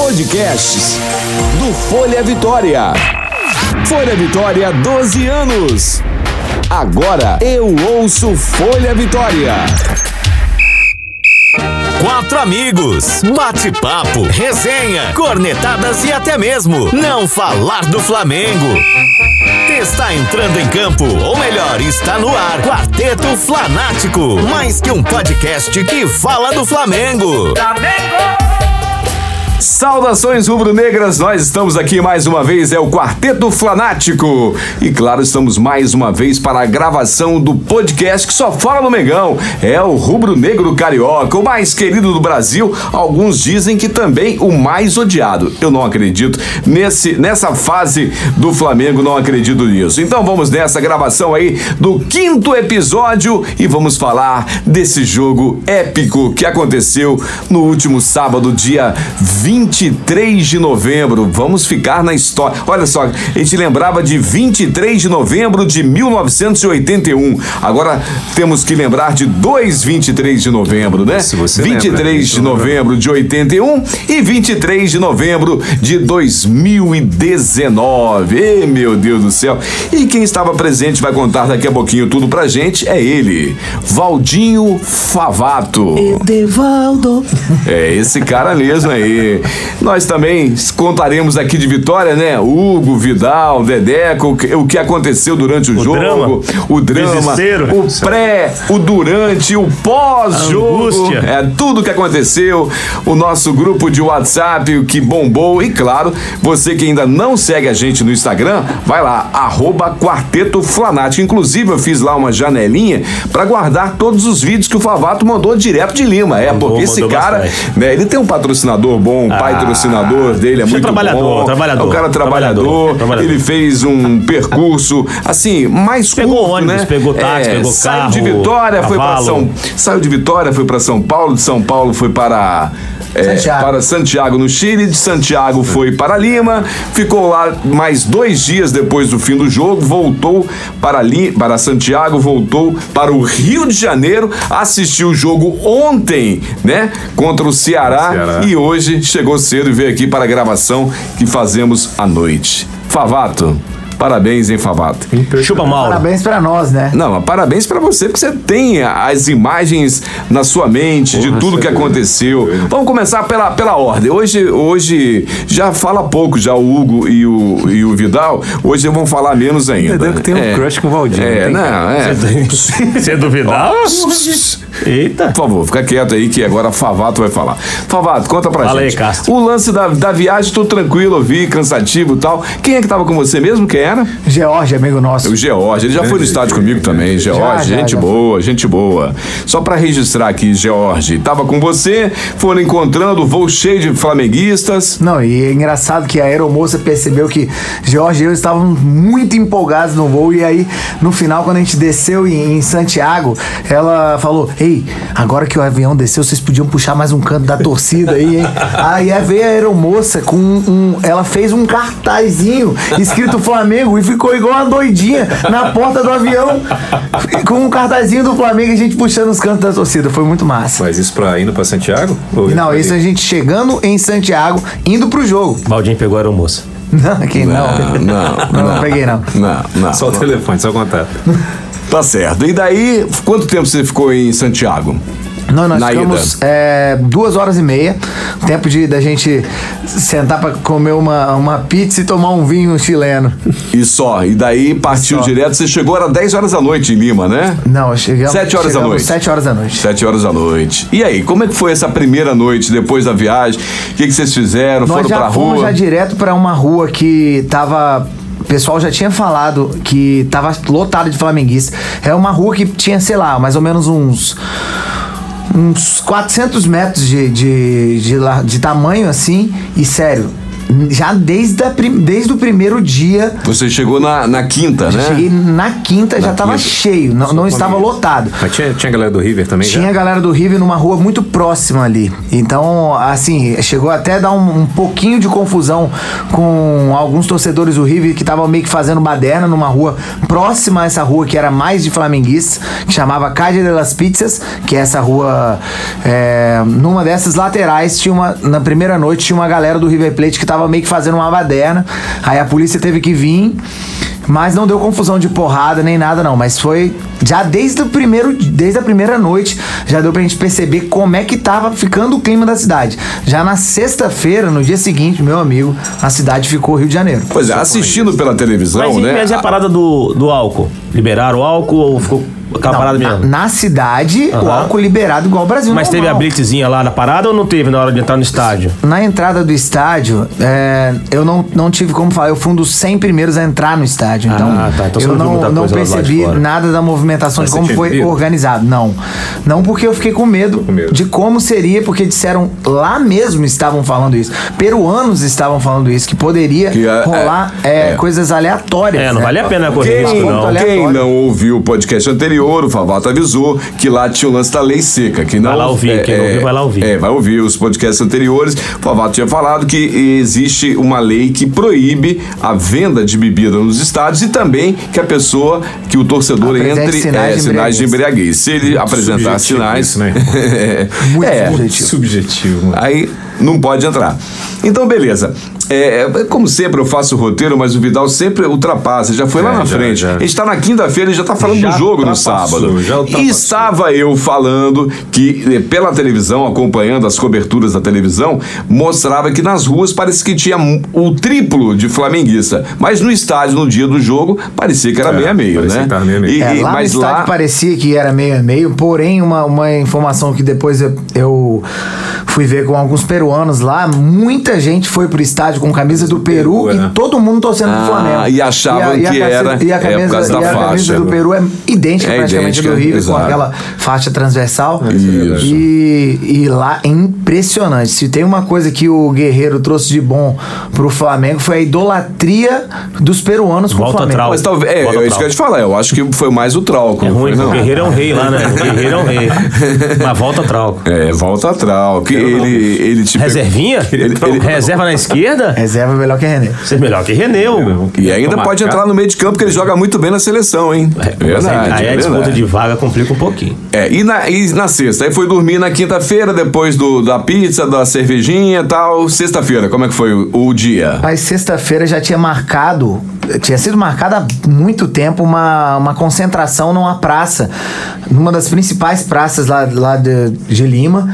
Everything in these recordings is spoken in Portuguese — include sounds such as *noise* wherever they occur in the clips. Podcasts do Folha Vitória. Folha Vitória, 12 anos. Agora eu ouço Folha Vitória. Quatro amigos, bate-papo, resenha, cornetadas e até mesmo não falar do Flamengo. Está entrando em campo, ou melhor, está no ar, Quarteto Flanático, mais que um podcast que fala do Flamengo. Saudações rubro-negras, nós estamos aqui mais uma vez, é o Quarteto Flanático. E claro, estamos mais uma vez para a gravação do podcast que só fala no Mengão. É o rubro-negro carioca, o mais querido do Brasil. Alguns dizem que também o mais odiado. Eu não acredito nesse, nessa fase do Flamengo, não acredito nisso. Então vamos nessa gravação aí do quinto episódio e vamos falar desse jogo épico que aconteceu no último sábado, dia 23 de novembro. Vamos ficar na história. Olha só, a gente lembrava de 23 de novembro de 1981. Agora temos que lembrar de dois 23 de novembro, né? Se você 23 lembra, de então lembra. novembro de 81 e 23 de novembro de 2019. Ei, meu Deus do céu. E quem estava presente vai contar daqui a pouquinho tudo pra gente é ele, Valdinho Favato. Edevaldo. *laughs* É esse cara mesmo aí. Nós também contaremos aqui de Vitória, né? Hugo, Vidal, Dedeco, o que- o que aconteceu durante o, jogo, drama. o drama, Desespero. o pré, o durante, o pós-jogo, Angústia. é tudo que aconteceu. O nosso grupo de WhatsApp o que bombou e claro, você que ainda não segue a gente no Instagram, vai lá arroba Quarteto Flanático. Inclusive eu fiz lá uma janelinha pra guardar todos os vídeos que o Favato mandou direto de Lima. É porque esse mandou cara, bastante. né, ele tem um patrocinador bom, um patrocinador dele é Isso é muito trabalhador, bom. trabalhador, É um cara trabalhador, trabalhador, trabalhador. Ele fez um percurso assim mais Pegou curto, ônibus, né? pegou táxi, pegou saiu de carro, Vitória, foi para cavalo. São Saiu de Vitória, foi para São Paulo, de São Paulo foi para é, Santiago. para Santiago no Chile, de Santiago foi para Lima, ficou lá mais dois dias depois do fim do jogo, voltou para ali para Santiago, voltou para o Rio de Janeiro, assistiu o jogo ontem, né, contra o Ceará, Ceará. e hoje chegou cedo e veio aqui para a gravação que fazemos à noite. Favato, parabéns hein Favato. Chupa mal. Parabéns pra nós, né? Não, mas parabéns pra você, porque você tem a- as imagens na sua mente de tudo que aconteceu. Vamos começar pela, pela ordem. Hoje, hoje já fala pouco, já o Hugo e o, e o Vidal. Hoje vão falar menos ainda. Entendeu que tem um crush com o Valdir, não É, tem, não, é. Você é duvidar? Eita. Por favor, fica quieto aí que agora Favato vai falar. Favato, conta pra Fala aí, gente. Castro. O lance da, da viagem, tô tranquilo, eu vi, cansativo e tal. Quem é que tava com você mesmo? Quem era? George, amigo nosso. O George, ele já foi no estádio comigo também, George, né? já, gente já. boa, gente boa. Só pra registrar aqui, George, tava com você, foram encontrando, voo cheio de flamenguistas. Não, e é engraçado que a aeromoça percebeu que Jorge e eu estávamos muito empolgados no voo. E aí, no final, quando a gente desceu em, em Santiago, ela falou: Ei, agora que o avião desceu, vocês podiam puxar mais um canto da torcida aí, hein? aí veio a aeromoça com um. um- Ela fez um cartazinho escrito Flamengo e ficou igual uma doidinha na porta do avião com um cartazinho do Flamengo e a gente puxando os cantos da torcida. Foi muito massa. Mas isso pra indo pra Santiago? Ou- Não, isso a gente chegando em Santiago, indo pro jogo. *laughs* Baldinho pegou a aeromoça. Não, *laughs* quem não? não, Não, não peguei não. Não, não. Só o telefone, só o contato. Tá certo. E daí, quanto tempo você ficou em Santiago? Não, nós Na ficamos é, duas horas e meia. Tempo de da gente sentar pra comer uma, uma pizza e tomar um vinho chileno. E só, e daí partiu direto, você chegou, era 10 horas da noite em Lima, né? Não, chegamos. Sete horas da chegamos noite. Sete horas da noite. 7 horas da noite. E aí, como é que foi essa primeira noite depois da viagem? O que, que vocês fizeram? Nós foram já pra fomos rua? já direto pra uma rua que tava. O pessoal já tinha falado que tava lotado de flamenguistas. É uma rua que tinha, sei lá, mais ou menos uns. Uns 400 metros de, de, de, lar- de tamanho assim. E sério, já desde, a prim- desde o primeiro dia Você chegou na, na quinta, né? Cheguei na quinta, já tava quinta. cheio, não, não estava lotado. Mas tinha, tinha galera do River também Tinha a galera do River numa rua muito próxima ali. Então, assim, chegou até a dar um, um pouquinho de confusão com alguns torcedores do River que estavam meio que fazendo baderna numa rua próxima a essa rua que era mais de flamenguistas, que chamava Calle de las Pizzas, que é essa rua. é, numa dessas laterais, tinha uma, na primeira noite, tinha uma galera do River Plate que tava meio que fazendo uma baderna. Aí a polícia teve que vir. Mas não deu confusão de porrada nem nada, não. Mas foi já desde o primeiro, desde a primeira noite, já deu pra gente perceber como é que tava ficando o clima da cidade. Já na sexta-feira, no dia seguinte, meu amigo, a cidade ficou Rio de Janeiro. Pois é, assistindo pela televisão, Mas, e- né? mas e é a parada do, do álcool? Liberaram o álcool ou ficou aquela Não, parada na, mesmo? na cidade, o Aham. álcool liberado igual o Brasil. Mas teve a normal. blitzinha lá na parada ou não teve na hora de entrar no estádio? Na entrada do estádio, é, eu não, não tive como falar, eu fui um dos 100 primeiros a entrar no estádio. Então, Ah, tá. Então você eu não viu não, muita não coisa lá do lado de percebi fora. nada da movimentação de Mas você como tinha foi vivido? organizado. Não. Não porque eu fiquei com medo, medo. de como seria, porque disseram lá mesmo estavam falando isso. Peruanos estavam falando isso, que poderia Que, é, rolar é, é. coisas aleatórias. É, não né? vale a pena correr Quem, risco, não. Olha- quem aleatório. não ouviu o podcast anterior, o Favato avisou que lá tinha o lance da lei seca. Quem não, Vai lá ouvir, quem não ouviu, vai lá ouvir. É, vai ouvir os podcasts anteriores. O Favato tinha falado que existe uma lei que proíbe a venda de bebida nos estádios e também que a pessoa, que o torcedor Apresente entre sinais é, de sinais de embriaguez. Se ele apresentar subjetivo sinais. isso, né? *laughs* Muito é, subjetivo. Subjetivo, mano. Aí não pode entrar. Então, beleza. É, é, como sempre, eu faço o roteiro, mas o Vidal sempre ultrapassa. Já foi lá É, na já, frente. já. A gente tá na quinta-feira e já tá falando Já do jogo no ultrapassou, sábado. já ultrapassou. E estava eu falando que, eh, pela televisão, acompanhando as coberturas da televisão, mostrava que nas ruas parece que tinha mu- o triplo de flamenguista. Mas no estádio, no dia do jogo, parecia que era É, meio-meio, parecia né? que tava meio a meio. E- É, e- lá no mas estádio lá. parecia que era meio a meio, porém uma, uma informação que depois eu, eu fui ver com alguns peruanos lá, muita gente foi pro estádio com camisa do Peru Peru, e é. todo mundo torcendo Ah, pro Flamengo. e achavam a- que a camisa- era- e é, a por camisa, causa da e a camisa faixa. né? do Peru é idêntica É praticamente idêntica, do River, exato. É com aquela faixa transversal. Isso. E, e lá é impressionante. Se tem uma coisa que o Guerreiro trouxe de bom pro Flamengo foi a idolatria dos peruanos com o Volta Flamengo. atrás. Mas talvez. É, Bota é isso que eu ia te falar. Eu acho que foi mais o trauco. É não ruim, foi, o não? guerreiro é um rei lá, né? O guerreiro é um rei. Mas volta trauco. É, volta atrás. Que Quero não, ele, bicho. ele te pegou- Reservinha? Ele- ele- Reserva na esquerda? Reserva é melhor que René. Você é melhor que Reneu. E ainda Tomar pode cara. entrar no meio de campo, porque ele joga muito bem na seleção, hein? É, Mas aí aí a disputa verdade. de vaga complica um pouquinho. É, e na, e na sexta? Aí foi dormir na quinta-feira, depois do, da pizza, da cervejinha e tal. Sexta-feira, como é que foi o, o dia? Mas sexta-feira já tinha marcado, tinha sido marcada há muito tempo uma, uma concentração numa praça, numa das principais praças lá, lá de, de Lima,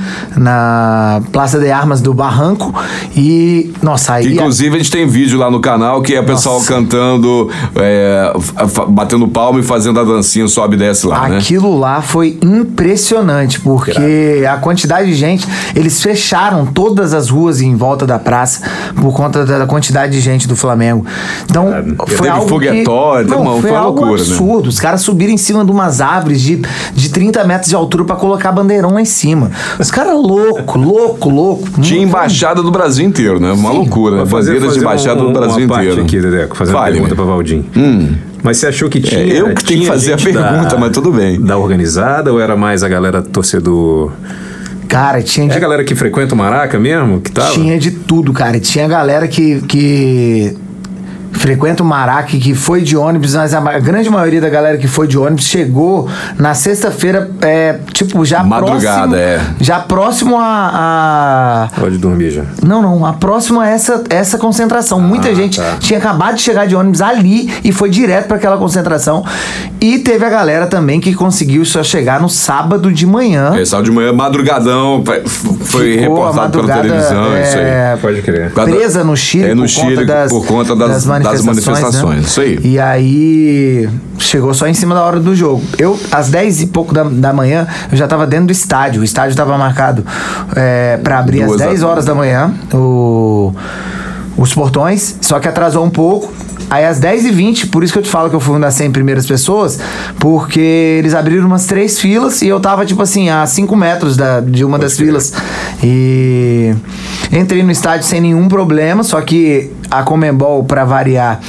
na Praça de Armas do Barranco. E, nossa, aí. Inclusive, a gente tem vídeo lá no canal que é o pessoal Nossa. cantando, é, fa- fa- batendo palma e fazendo a dancinha sobe e desce lá, né? Aquilo lá foi impressionante, porque a quantidade de gente, eles fecharam todas as ruas em volta da praça por conta da quantidade de gente do Flamengo. Então, É, foi Teve algo foguetório, que, teve não, uma- foi, foi uma algo loucura, né? absurdo. Os caras subiram em cima de umas árvores de, de 30 metros de altura pra colocar bandeirão lá em cima. Os caras louco, louco, louco. Tinha Hum, embaixada do Brasil inteiro, né? Uma loucura. né? Vou fazer- Bandeiras de fazer embaixada do um- Brasil uma inteiro. Parte aqui, Dedeco, fazer uma Fale-me. pergunta pra Valdim. Mas você achou que tinha. É, eu que tenho que tinha fazer a gente pergunta, da- mas tudo bem. Da organizada ou era mais a galera torcedor. Cara, tinha É de a galera que frequenta o Maraca mesmo? Que tava? Tinha de tudo, cara. Tinha galera que, que frequenta o Marac, que foi de ônibus, mas a ma- grande maioria da galera que foi de ônibus chegou na sexta-feira, é, tipo, já Madrugada, próximo. é. Já próximo a. a- Pode dormir já. Não, não, a próxima é essa, essa concentração. Ah, Muita gente tá. tinha acabado de chegar de ônibus ali e foi direto pra aquela concentração. E teve a galera também que conseguiu só chegar no sábado de manhã. Pessoal É, de manhã, madrugadão, foi- foi Ficou a reportado pela madrugada, televisão, isso aí. é, Pode crer. Cada- presa no Chile, É, no por, Chile, conta das, por conta das- das manifestações, né? isso aí. E aí chegou só em cima da hora do jogo. Eu, às 10 e pouco da, da manhã, eu já tava dentro do estádio. O estádio tava marcado é, para abrir Duas às da- 10 horas da manhã o- os portões, só que atrasou um pouco. Aí às 10h20, por isso que eu te falo que eu fui uma das 100 primeiras pessoas, porque eles abriram umas três filas e eu tava, tipo assim, a 5 metros da- de uma das filas. E entrei no estádio sem nenhum problema, só que a Comembol, pra variar,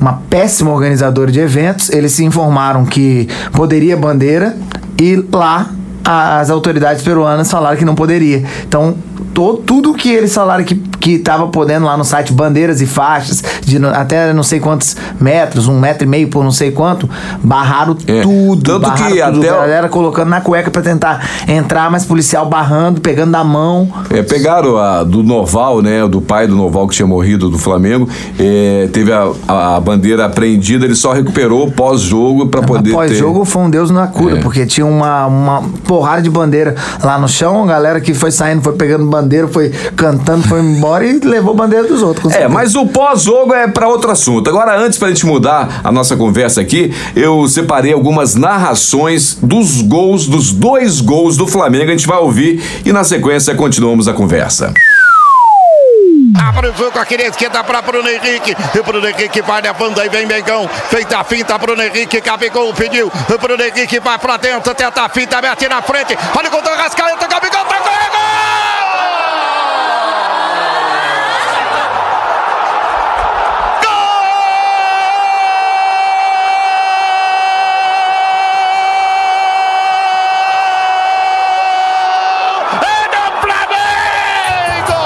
uma péssima organizadora de eventos, eles se informaram que poderia bandeira e lá a- as autoridades peruanas falaram que não poderia. Então, to- tudo que eles falaram que, que tava podendo lá no site, bandeiras e faixas, de no- até não sei quantos metros, um metro e meio por não sei quanto, barraram É, tudo. tanto barraram que tudo. até o- A galera colocando na cueca pra tentar entrar, mas policial barrando, pegando da mão. É, pegaram a do Noval, né? Do pai do Noval que tinha morrido do Flamengo. é, teve a, a bandeira apreendida, ele só recuperou pós-jogo para poder. Após ter- jogo foi um Deus na cura, É. porque tinha uma, uma porrada de bandeira lá no chão, a galera que foi saindo, foi pegando bandeira, foi cantando, foi embora e levou bandeira dos outros. com É, certeza. mas o pós-jogo é para outro assunto. Agora, antes para a gente mudar a nossa conversa aqui, eu separei algumas narrações dos gols, dos dois gols do Flamengo. A gente vai ouvir e na sequência continuamos a conversa. Abre o jogo aqui na esquerda para Bruno Henrique. E Bruno Henrique vai levando aí, vem Mengão. Feita a finta, Bruno Henrique Gabigol pediu. E Bruno Henrique vai para dentro, tenta a finta, mete na frente. Olha o gol do Rascaeta, Gabigol, tá gol, é gol! É do Flamengo!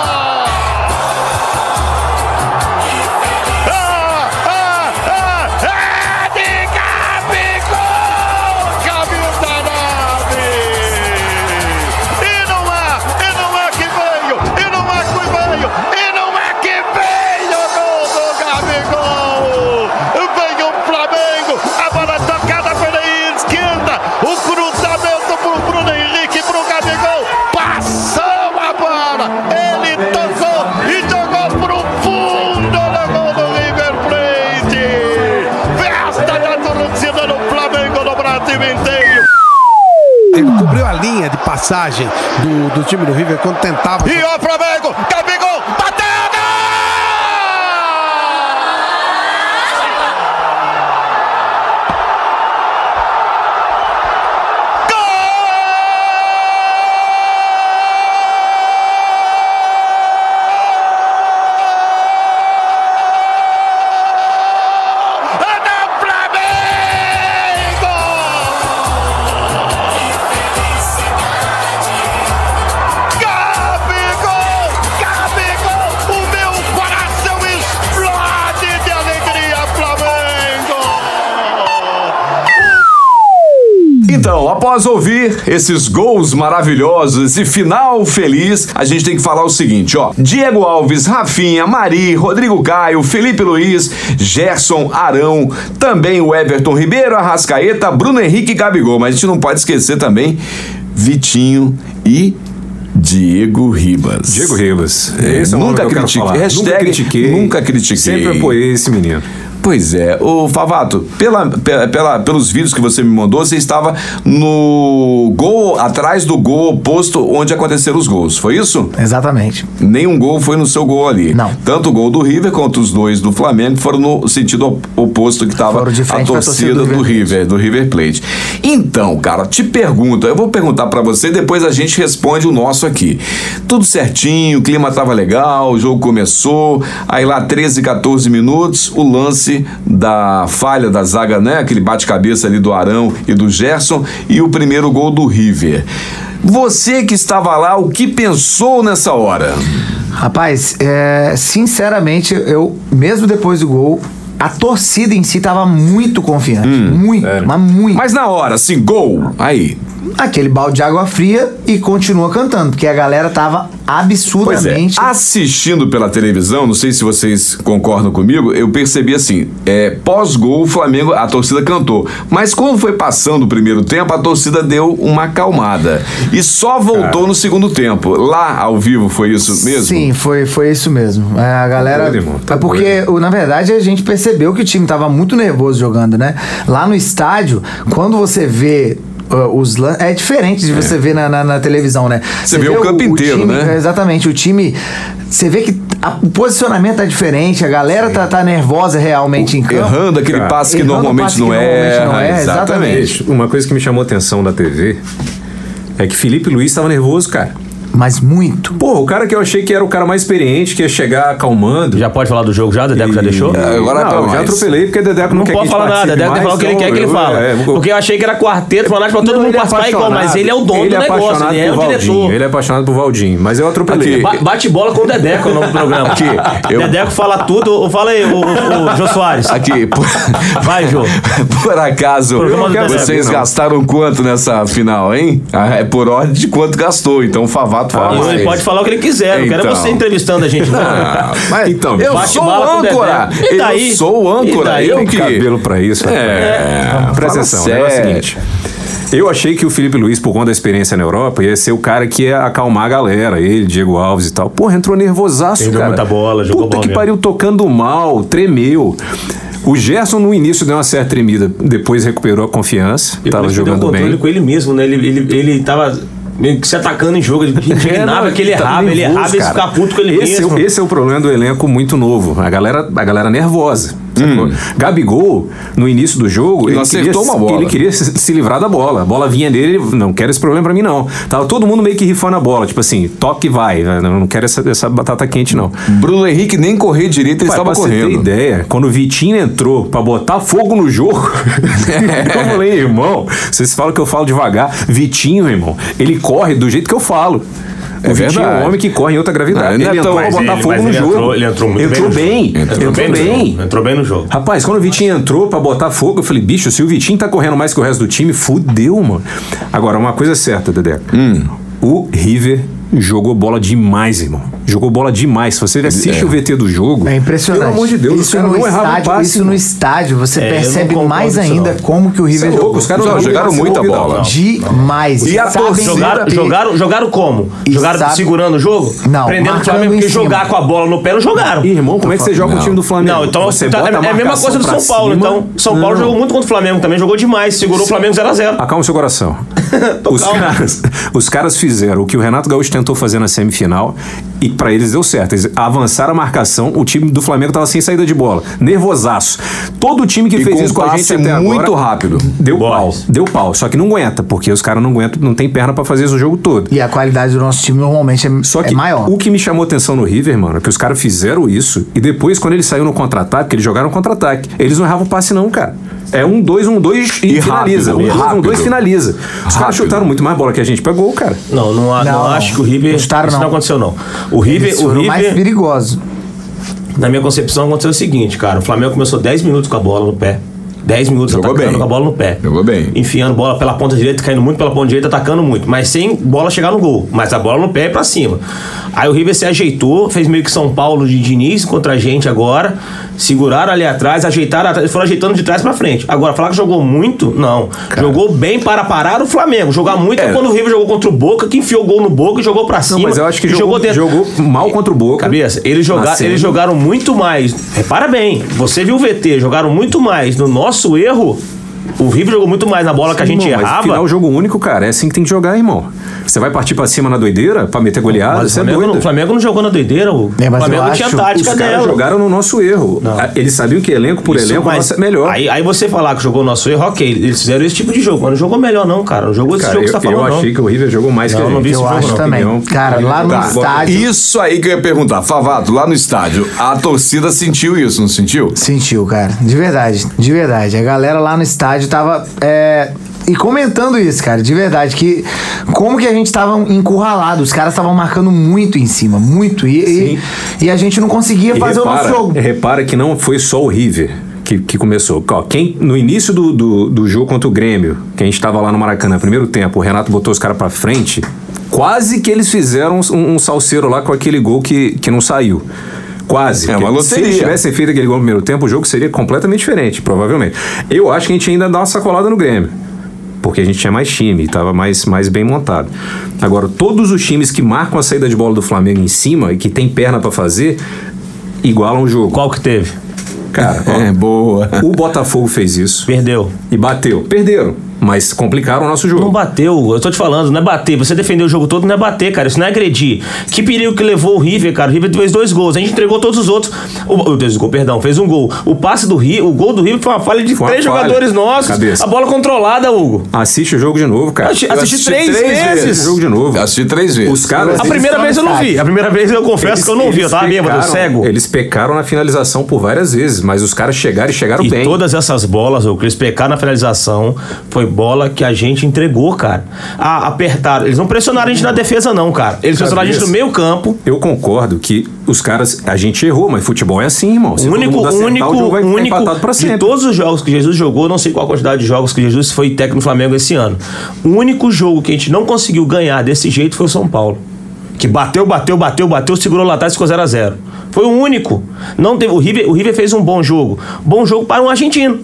Ah, ah, ah, é de Gabigol! Camisa 9! E não é, e não é que veio, e não é que veio, e não é que veio o gol do Gabigol! Vem o Flamengo, a bola tocada pela esquerda, o cruzamento pro Bruno Henrique, pro Gabigol, passou a bola, ele tocou e jogou pro fundo do gol do River Plate! Festa da torcida do Flamengo no Brasil inteiro! Ele cobriu a linha de passagem do, do time do River quando tentava. E o Flamengo, Gabigol, bateu, gol! Gol! É do Flamengo! Gabigol! Gabigol! O meu coração explode de alegria, Flamengo! Então, após ouvir esses gols maravilhosos, esse final feliz, a gente tem que falar o seguinte, ó. Diego Alves, Rafinha, Mari, Rodrigo Caio, Felipe Luiz, Gerson, Arão, também o Everton Ribeiro, Arrascaeta, Bruno Henrique e Gabigol. Mas a gente não pode esquecer também Vitinho e Diego Ribas. Diego Ribas. É, Esse é o nome nunca que eu quero critiquei. falar. Hashtag nunca critiquei. nunca critiquei. Sempre apoiei esse menino. Pois é, ô Favato, pela, pe- pela- pelos vídeos que você me mandou, você estava no gol, atrás do gol oposto onde aconteceram os gols, foi isso? Exatamente. Nenhum gol foi no seu gol ali. Não. Tanto o gol do River quanto os dois do Flamengo foram no sentido op- oposto que estava Foram de a frente pra torcida torcida do, do River, do River Plate. Então, cara, te pergunto, eu vou perguntar pra você, depois a gente responde o nosso aqui. Tudo certinho, o clima tava legal, o jogo começou, aí lá 13, 14 minutos, o lance da falha da zaga, né? Aquele bate-cabeça ali do Arão e do Gerson e o primeiro gol do River. Você que estava lá, o que pensou nessa hora? Rapaz, é, sinceramente, eu, mesmo depois do gol, a torcida em si tava muito confiante. muito, mas muito. Hum, Mas na hora, assim, gol, aí. Aquele balde de água fria e continua cantando, porque a galera tava Pois é, absurdamente. assistindo pela televisão, não sei se vocês concordam comigo, eu percebi assim, é, pós-gol o Flamengo, a torcida cantou, mas quando foi passando o primeiro tempo, a torcida deu uma acalmada e só voltou no segundo tempo. Lá ao vivo foi isso mesmo? Sim, foi, foi isso mesmo. É, a galera. doido, irmão, tá é porque, o- na verdade, a gente percebeu que o time tava muito nervoso jogando, né? Lá no estádio, quando você vê ah, os lan- É diferente de você ver na, na- na televisão, né? Você, vê o campo inteiro, time- né? é, Exatamente. O time. Você vê que a- o posicionamento tá diferente, a galera tá, tá nervosa realmente em campo. Errando aquele Cara, passe que errando o normalmente passe não que normalmente é. não erra, exatamente. Uma coisa que me chamou atenção da TV é que Felipe Luiz estava nervoso, cara. Mas muito. Pô, o cara que eu achei que era o cara mais experiente, que ia chegar acalmando. Já pode falar do jogo já? Dedeco já E- deixou? Agora não, tá eu já mais. atropelei porque Dedeco não, Não quer que a pode gente falar nada, participe deve mais, falar o que ele então quer que ele eu- fala. é, vou- Porque eu achei que era quarteto, fanático, pra todo Não, mundo ele é participar igual, mas apaixonado. ele é o dono Ele do é negócio, apaixonado ele é por o Valdinho, diretor. Ele é apaixonado por Valdinho, mas eu atropelei. Ba- bate bola com o Dedeco é o nome do programa. eu- Dedeco fala tudo. Ô, Fala aí, o, o, o Jô Soares. Aqui, por, Vai, Jô. *laughs* por acaso, Eu não quero vocês saber, não. gastaram quanto nessa final, hein? Ah, É por ordem de quanto gastou, então o Favato Ah, fala Ele mais. pode falar o que ele quiser, eu quero Então. você entrevistando a gente. não. Ah, mas Então, eu bate sou o bala com o Dedé. âncora. E daí? Eu sou o E âncora. daí? Eu Tem que. cabelo pra isso. rapaz. É, Presta fala atenção, o negócio é o sério. seguinte. Eu achei que o Felipe Luiz, por conta da experiência na Europa, ia ser o cara que ia acalmar a galera, ele, Diego Alves e tal. Porra, entrou nervosaço, Perdeu cara. muita bola, jogou Puta bola que mesmo. pariu, tocando mal, tremeu. O Gerson no início deu uma certa tremida, depois recuperou a confiança, Ele tava perdeu o jogando controle bem. com ele mesmo, né? Ele, ele, ele tava meio que se atacando em jogo. *laughs* Ele indignava que ele tá errava, ele nervoso, errava e cara. ficava puto com ele esse é, mesmo. o- esse é o problema do elenco muito novo. A galera, a galera nervosa. sacou? Gabigol, no início do jogo, ele, Hum. acertou queria, uma bola. ele queria se, se livrar da bola. A bola vinha dele, ele, não quero esse problema pra mim, não. Tava todo mundo meio que rifando a bola, tipo assim, toque e vai. né? Não quero essa, essa batata quente, não. Bruno Henrique nem correr direito, ele Pai, estava pra Você ter correndo. ideia, quando o Vitinho entrou pra botar fogo no jogo, *laughs* eu falei, irmão, vocês falam que eu falo devagar. Vitinho, irmão, ele corre do jeito que eu falo. O É Vitinho é verdade. um homem que corre em outra gravidade. Não, ele ele não é tão- entrou pra mas botar ele- fogo mas no ele jogo. entrou- ele entrou muito entrou bem bem. no jogo. Entrou Entrou bem bem. no jogo, entrou bem no jogo. Rapaz, quando o Vitinho entrou pra botar fogo, eu falei, bicho, se o Vitinho tá correndo mais que o resto do time, fudeu, mano. Agora, uma coisa é certa, Dedé. O River jogou bola demais, irmão. Jogou bola demais. Se você assiste o VT do jogo. É impressionante. Pelo amor de Deus, os isso caras no não erravam estádio, passe, isso irmão. no estádio, você É, eu não percebe concordo mais com isso, ainda não. como que o River Isso é louco, jogou. os caras não jogaram não muita ouviram, bola. não. Demais. E a Sabem torcida Jogaram, ter- jogaram, jogaram como? E Jogaram sabe- segurando o jogo? Não, Prendendo o marcando Flamengo, em porque cima. jogar com a bola no pé não jogaram. Ih, irmão, como é que você joga com o time do Flamengo? Não, então você tá- bota é a mesma marcação coisa do pra São Paulo. cima. Então, São Paulo Não. jogou muito contra o Flamengo também, jogou demais, segurou o Flamengo 0x0. Acalma *laughs* seu coração. os, caras, os caras fizeram o que o Renato Gaúcho tentou fazer na semifinal e pra eles deu certo. Eles avançaram a marcação, o time do Flamengo tava sem saída de bola. Nervosaço. Todo time que E fez com isso com a passe gente até muito agora, rápido. Deu Bolas. pau. Deu pau. Só que não aguenta, porque os caras não aguentam, não tem perna pra fazer isso o jogo todo. E a qualidade do nosso time normalmente é, Só é que maior. o que me chamou atenção no River, mano, é que os caras fizeram isso e depois, quando eles saíram no contra-ataque, que eles jogaram contra-ataque, eles não erravam passe, não, cara. É um, dois, um, dois e, E finaliza. rápido, e um, dois, um, dois, rápido. finaliza. Os caras Rápido. chutaram muito mais bola que a gente. Pegou, cara. Não, não, há- não, Não, não. acho que o River. Gostaram, isso não não. aconteceu, não. O River, Eles o foram mais River perigosos. na minha concepção, aconteceu o seguinte, cara. O Flamengo começou 10 minutos com a bola no pé. 10 minutos Jogou atacando bem. com a bola no pé. Jogou bem. Enfiando bola pela ponta direita, caindo muito pela ponta direita, atacando muito. Mas sem bola chegar no gol. Mas a bola no pé e pra cima. Aí o River se ajeitou, fez meio que São Paulo de Diniz contra a gente agora. Seguraram ali atrás, ajeitaram atrás, foram ajeitando de trás pra frente. Agora, falar que jogou muito, não. Jogou bem para parar o Flamengo. Jogar muito é, quando o River jogou contra o Boca, que enfiou o gol no Boca e jogou pra cima. mas eu acho que e jogou, jogou, dentro. jogou mal contra o Boca. Cabeça, eles, joga- Na semi. eles jogaram muito mais. Repara bem, você viu o VT, jogaram muito mais. No nosso erro, o River jogou muito mais na bola que a gente Irmão, mas errava. Final jogo único, cara. É assim que tem que jogar, irmão. Você vai partir pra cima na doideira pra meter goleada? Mas o Você é Flamengo, não, o doido. Flamengo não jogou na doideira. O É, mas eu Flamengo tinha acho tática Os caras dela. jogaram no nosso erro. Ah, Eles sabiam que elenco por Isso, elenco a mas nossa é melhor. Aí, aí você falar que jogou o nosso erro, ok, eles fizeram esse tipo de jogo, mas não jogou melhor, não, cara. Não jogou esse Cara, jogo que eu, você tá falando. eu não. achei que o River jogou mais que Não, a não gente. vi esse Eu jogo, acho não, também. opinião. Cara, lá no Tá. estádio. Isso aí que eu ia perguntar. Favato, lá no estádio, a torcida sentiu isso, não sentiu? Sentiu, cara. De verdade, de verdade. A galera lá no estádio tava. é, E comentando isso, cara, de verdade, que como que a gente tava encurralado, os caras estavam marcando muito em cima, muito. E, e, e a gente não conseguia E fazer o nosso repara- jogo. é, Repara que não foi só o River que, que começou. Ó, quem, no início do, do, do jogo contra o Grêmio, que a gente estava lá no Maracanã, primeiro tempo, o Renato botou os caras pra frente, quase que eles fizeram um, um salseiro lá com aquele gol que, que não saiu. Quase. É uma Porque Se eles loteria. tivessem feito aquele gol no primeiro tempo, o jogo seria completamente diferente, provavelmente. Eu acho que a gente ainda dá uma sacolada no Grêmio porque a gente tinha mais time, estava mais, mais bem montado. Agora, todos os times que marcam a saída de bola do Flamengo em cima e que tem perna pra fazer, igualam o jogo. Qual que teve? Cara, *laughs* ó, É, boa. o Botafogo fez isso Perdeu. e bateu. Perderam. mas complicaram o nosso Não jogo. bateu, eu tô te falando, não é bater. Você defendeu o jogo todo, não é bater, cara. Isso não é agredir. Que perigo que levou o River, cara. O River fez dois gols. A gente entregou todos os outros. O, o dois gols, perdão, fez um gol. O passe do River, o gol do River foi uma falha de Foi uma três falha. jogadores nossos. Cabeça. A bola controlada, Hugo. Assiste o jogo de novo, cara. Assisti- Eu assisti três vezes. esse jogo de novo. Eu assisti três vezes. Os caras. A primeira vez eu não vi. A primeira vez eu confesso que eu não vi. Eu tava bêbado, pecaram- cego. Eles pecaram na finalização por várias vezes, mas os caras chegaram e chegaram E bem. todas essas bolas, o que eles pecaram na finalização, foi bola que a gente entregou, cara. Ah, apertaram. Eles não pressionaram a gente na defesa, não, cara. Eles pressionaram a gente no meio campo. Eu concordo que os caras. A gente errou, mas futebol é assim, irmão. Se O todo único, mundo acertar, único, o jogo vai ficar empatado único pra de sempre. todos os jogos que Jesus jogou, não sei qual a quantidade de jogos que Jesus foi técnico do Flamengo esse ano. O único jogo que a gente não conseguiu ganhar desse jeito foi o São Paulo. Que bateu, bateu, bateu, bateu, segurou lá atrás e ficou 0x0. Foi o único. Não teve, o, River, o River fez um bom jogo. Bom jogo para um argentino.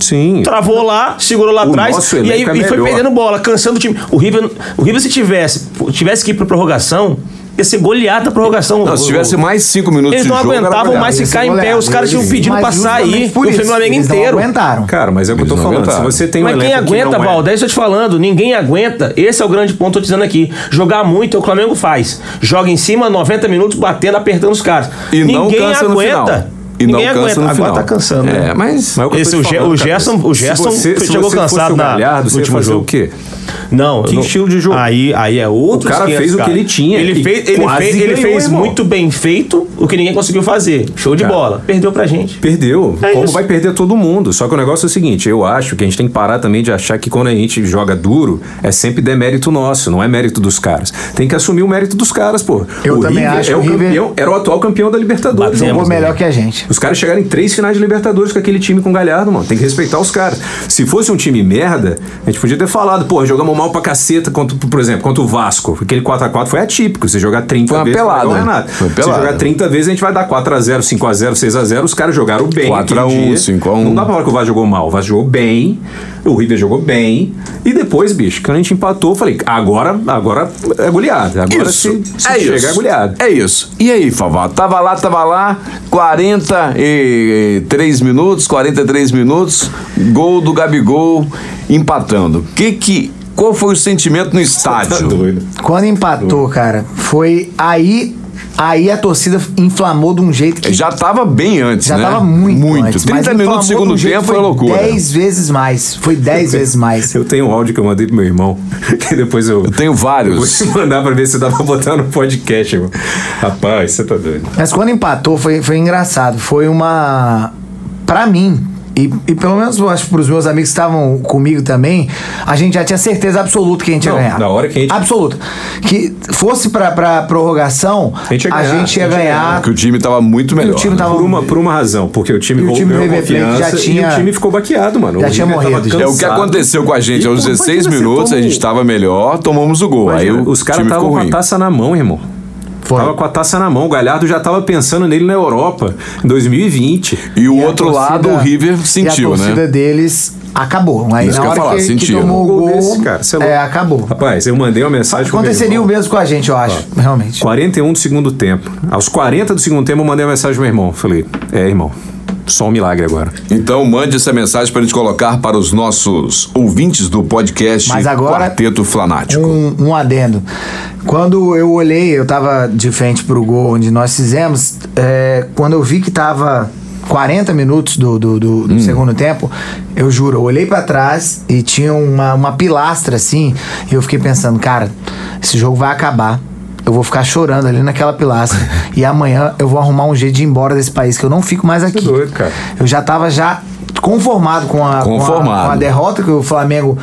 Sim. Travou lá, segurou lá O atrás nosso e, aí, elenco é e foi melhor. perdendo bola, cansando o time. O River, o River se tivesse, tivesse que ir pra prorrogação, ia ser goleado na prorrogação. Não, O- se tivesse mais cinco minutos eles de não jogo, era aguentavam goleada. mais Esse ficar em pé. goleado, Os caras tinham eles- pedindo mas pra sair. justamente por O isso, Flamengo eles não inteiro. aguentaram. Cara, mas é o que eu Eles tô não falando. Se aguentaram. você tem um Mas quem elenco que aguenta, não é- Valdez, eu tô te falando, ninguém aguenta. Esse é o grande ponto, tô te dizendo aqui. Jogar muito é o que o Flamengo faz. Joga em cima, 90 minutos, batendo, apertando os caras. E ninguém não cansa no final. aguenta. E não ninguém cansa aguenta. no Agora final. tá cansando. né? É, mas... Mas é o que eu Esse, tô o, te Ge- falando, o cara. Gerson, o Se Gerson você- se chegou você fosse cansado o na- Galhardo, no você ia último fazer jogo. o quê? Não, Que não- estilo de jogo? Aí, aí é outro. O cara fez o que ele tinha Ele e fez, ele quase fez, ele ganhou, fez irmão. muito bem feito o que ninguém conseguiu fazer. Show de Cara. bola. Perdeu pra gente. Perdeu. É Como isso. vai perder todo mundo? Só que o negócio é o seguinte: eu acho que a gente tem que parar também de achar que quando a gente joga duro, é sempre demérito nosso, não é mérito dos caras. Tem que assumir o mérito dos caras, pô. Eu também River acho é o que o River- campeão, era o atual campeão da Libertadores. Batemos, irmão. Jogou melhor que a gente. Os caras chegaram em três finais de Libertadores com aquele time com o Galhardo, mano. Tem que respeitar os caras. Se fosse um time merda, a gente podia ter falado, pô, jogamos mal pra caceta, contra, por exemplo, contra o Vasco. Aquele 4x4 foi atípico. Você jogar 30 Foi uma vezes. pelada. né? Não é nada. Foi Se pelada. jogar 30 vezes, a gente vai dar 4x0, 5x0, 6x0. Os caras jogaram bem. 4 a 1, aquele dia. 5 a 1. Não dá pra falar que o Vasco jogou mal. O Vasco jogou bem, o River jogou bem. E depois, bicho, quando a gente empatou, eu falei, agora, agora é goleada. Agora Isso. se, se é chegar isso. é goleada. É isso. E aí, Favá? Tava lá, tava lá, 43 minutos, 43 minutos, gol do Gabigol empatando. Que que qual foi o sentimento no Tá estádio? Quando empatou, cara, foi aí. Aí a torcida inflamou de um jeito que É, Já tava bem antes, já né? tava muito. Muito. antes, mas 30 inflamou minutos do de um segundo jeito tempo que foi loucura. 10 vezes mais. Foi 10 *laughs* vezes mais. Eu tenho um áudio que eu mandei pro meu irmão, *laughs* que depois eu. Eu tenho Vou vários. te mandar pra ver se dá pra botar no podcast, irmão. Rapaz, você tá doido. Mas quando empatou, foi, foi engraçado. Foi uma. Pra mim. E, e pelo menos eu acho pros meus amigos que estavam comigo também, a gente já tinha certeza absoluta que a gente Não, ia ganhar. na hora que a gente- Absoluta. Que fosse pra, pra prorrogação, a gente ia ganhar. a gente ia Que o time tava muito melhor. o time tava- Por uma, por uma razão, porque o time Tá E o voltou time ganhou do River Plate confiança já tinha- e o time ficou baqueado, mano. já O tinha River tava morrido, já. É o que cansado. aconteceu com a gente. E, Aos pô, 16 imagina, você minutos toma a um- gente tava melhor, tomamos o gol. Aí Imagina, o os caras time estavam ficou com a ruim. taça na mão, irmão. Foi. Tava com a taça na mão. O Galhardo já tava pensando nele na Europa, em 2020. E o E a outro lado, torcida- o River e a sentiu, torcida né? deles acabou. Aí Isso na que eu hora ia falar, que, que sentiram. tomou o Um gol, gol desse, cara, você é louco. é, acabou. Rapaz, eu mandei uma mensagem pro meu Aconteceria irmão. o mesmo com a gente, eu acho, realmente. 41 do segundo tempo. Aos 40 do segundo tempo, eu mandei uma mensagem pro meu irmão. Falei, é, irmão, só um milagre agora. Então mande essa mensagem para gente colocar para os nossos ouvintes do podcast Mas agora- Quarteto Flanático. Um, um adendo. Quando eu olhei, eu tava de frente pro gol onde nós fizemos. é, quando eu vi que tava 40 minutos do, do, do- Hum. do segundo tempo, eu juro, eu olhei pra trás e tinha uma, uma pilastra assim, e eu fiquei pensando, cara, esse jogo vai acabar. Eu vou ficar chorando ali naquela *laughs* pilastra. e amanhã eu vou arrumar um jeito de ir embora desse país, que eu não fico mais aqui. é doido, cara. Eu já tava já conformado com a, com a- Conformado. com a derrota que o Flamengo,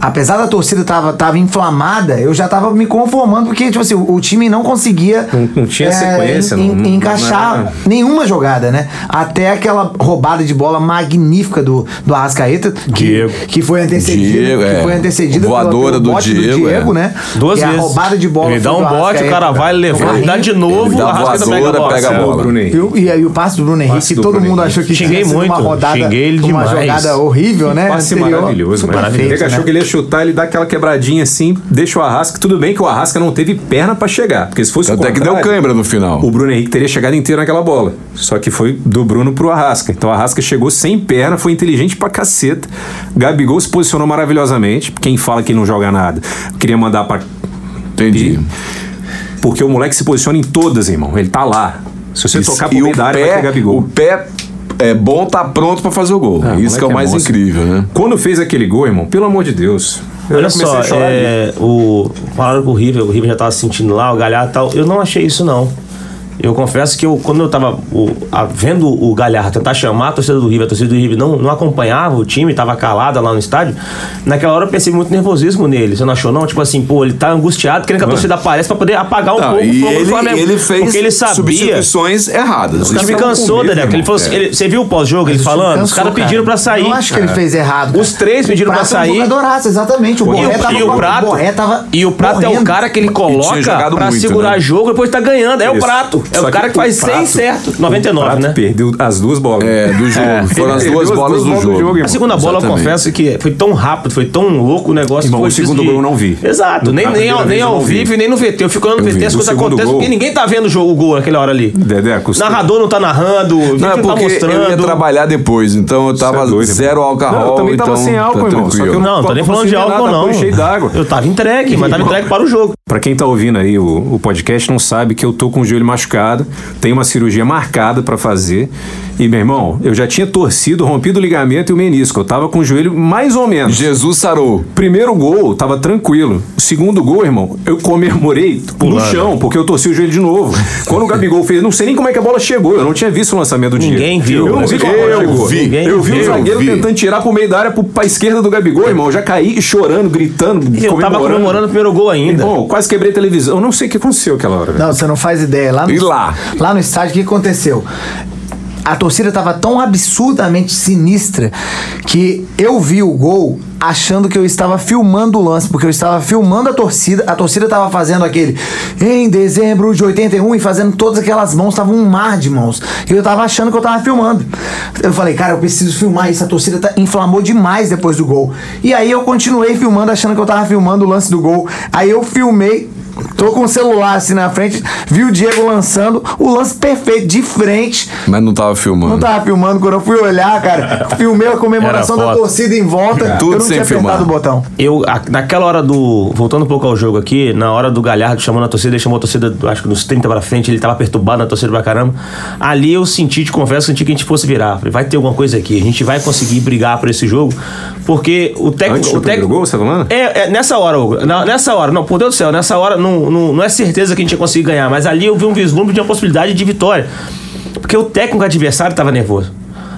apesar da torcida tava, tava inflamada, eu já tava me conformando porque tipo assim, o, o time não conseguia é, Não- não tinha sequência, não- não- encaixar não era- nenhuma jogada, né? Até aquela roubada de bola magnífica do, do Arrascaeta que, Diego. que foi antecedida, Diego, que é. foi antecedida pela- Voadora pelo do bote Diego, é. né? Duas e vezes. A roubada de bola Ele foi dá um do bote, o Arrascaeta. cara vai, levanta, Carrinho. dá de novo, Ele dá Arrascaeta voadora, bola. pega a É. bola. Bruno Henrique. E, o- e aí o passe do Bruno Henrique, do todo Bruno mundo Henrique. achou que Xinguei tinha sido muito, uma rodada xinguei ele uma demais. jogada horrível, né? Passe Anterior, maravilhoso, super mano. feito, Ele achou né? que ele ia chutar, ele dá aquela quebradinha assim, deixa o Arrasca. Tudo bem que o Arrasca não teve perna pra chegar, porque se fosse o Até é que deu contrário, câimbra no final. O Bruno Henrique teria chegado inteiro naquela bola. Só que foi do Bruno pro Arrasca. Então o Arrasca chegou sem perna, foi inteligente pra caceta. Gabigol se posicionou maravilhosamente. Quem fala que não joga nada, queria mandar pra. Entendi. Porque o moleque se posiciona em todas, irmão. Ele tá lá. Se você Isso- tocar pro e meio o da área, vai ter pé, Gabigol. o pé é bom tá pronto pra fazer o gol. Ah, Isso que é o moleque mais monstro. incrível, né? Quando fez aquele gol, irmão, pelo amor de Deus. eu Olha já comecei só, a chorar ali. é, o, falaram com o River, o River já tava se sentindo lá, o Galhardo e tal. Eu não achei isso, não. Eu confesso que eu, quando eu tava o, a- vendo o Galhardo tentar chamar a torcida do River, a torcida do River não, não acompanhava o time, tava calada lá no estádio, naquela hora eu percebi muito nervosismo nele. Você não achou, não? Tipo assim, pô, ele tá angustiado, querendo que a torcida apareça pra poder apagar um Não, pouco o e fogo do ele, Flamengo. ele fez porque ele sabia. substituições erradas. O time Isso- é um cansou, medo, Daniel. que Ele irmão. falou assim, ele- você viu o pós-jogo ele Mas o time falando? Os cansou, caras pediram pra sair. Eu acho que ele É. fez errado. cara. Os três pediram pra Prata é um sair. jogadoraço, exatamente. O E Borré o, tava e o com- Prato, Borré tava e o Prato é o correndo. cara que ele tinha coloca jogado pra muito, segurar né? jogo e depois tá ganhando. É o Isso. Prato. É Só o cara que, faz 100 Prato- certo. o 99, Prato né? Perdeu as duas bolas. É, do jogo. Foram Ele as perdeu duas bolas do jogo. A irmão. segunda bola, Exatamente. eu confesso que foi tão rápido, foi tão louco o negócio. Irmão, que foi o segundo difícil gol eu não vi. Exato, nem, Na nem, primeira ao, nem vez eu ao não vi. vivo e nem no VT. Eu fico olhando no Eu VT, vi. as O coisas segundo acontecem gol- porque ninguém tá vendo o, jogo, o gol naquela hora ali. Dedé, costuma- Narrador não tá narrando, o Não, vídeo é não tá porque eu ia mostrando. trabalhar depois, então eu Isso é tava doido, irmão. zero álcool. Não, eu também então tava sem álcool, tá irmão, só que eu tranquilo. Não, não tô nem Não falando de consumi álcool, nada, não. foi cheio d'água. Eu tava entregue, mas tava entregue para o jogo. Pra quem tá ouvindo aí o, o podcast, não sabe que eu tô com o joelho machucado, tenho uma cirurgia marcada pra fazer. E, meu irmão, eu já tinha torcido, rompido o ligamento e o menisco. Eu tava com o joelho mais ou menos. Jesus sarou. Primeiro gol, tava tranquilo. O segundo gol, irmão, eu comemorei no chão, porque eu torci o joelho de novo. Quando o Gabigol fez, não sei nem como é que a bola chegou. Eu não tinha visto o lançamento do dia. Ninguém viu, Eu não né? vi como a bola Eu chegou. vi. Ninguém eu vi viu. o zagueiro Eu vi. tentando tirar pro meio da área, pro, pra esquerda do Gabigol, irmão. Eu já caí chorando, gritando, Eu tava comemorando o primeiro gol ainda. Bom, quase quebrei a televisão. Eu não sei o que aconteceu aquela hora. velho. Não, você não faz ideia. Lá no, E lá? no estádio, o que aconteceu? A torcida tava tão absurdamente sinistra que eu vi o gol achando que eu estava filmando o lance, porque eu estava filmando a torcida, a torcida tava fazendo aquele em dezembro de 81 e fazendo todas aquelas mãos, tava um mar de mãos. E eu tava achando que eu tava filmando. Eu falei, cara, eu preciso filmar isso, a torcida tá, inflamou demais depois do gol. E aí eu continuei filmando, achando que eu tava filmando o lance do gol. Aí eu filmei Tô com o celular assim na frente, vi o Diego lançando o lance perfeito de frente. Mas não tava filmando. tá- Não tava filmando quando eu fui olhar, *laughs* cara. Filmei a comemoração Era da foto. torcida em volta. Tudo eu não sem tinha filmar. apertado o botão. Eu, a- naquela hora do. Voltando um pouco ao jogo aqui, na hora do Galhardo chamando a torcida, ele chamou a torcida, acho que dos 30 pra frente, ele tava perturbado na torcida pra caramba. Ali eu senti, te confesso, senti que a gente fosse virar. Falei, vai ter alguma coisa aqui, a gente vai conseguir brigar por esse jogo, porque o técnico. Antes o do primeiro técnico- gol, você tá falando? É, é, nessa hora, Hugo. Na- nessa hora, não, por Deus do céu, nessa hora não, não, não é certeza que a gente ia conseguir ganhar, mas ali eu vi um vislumbre de uma possibilidade de vitória. Porque o técnico adversário estava nervoso.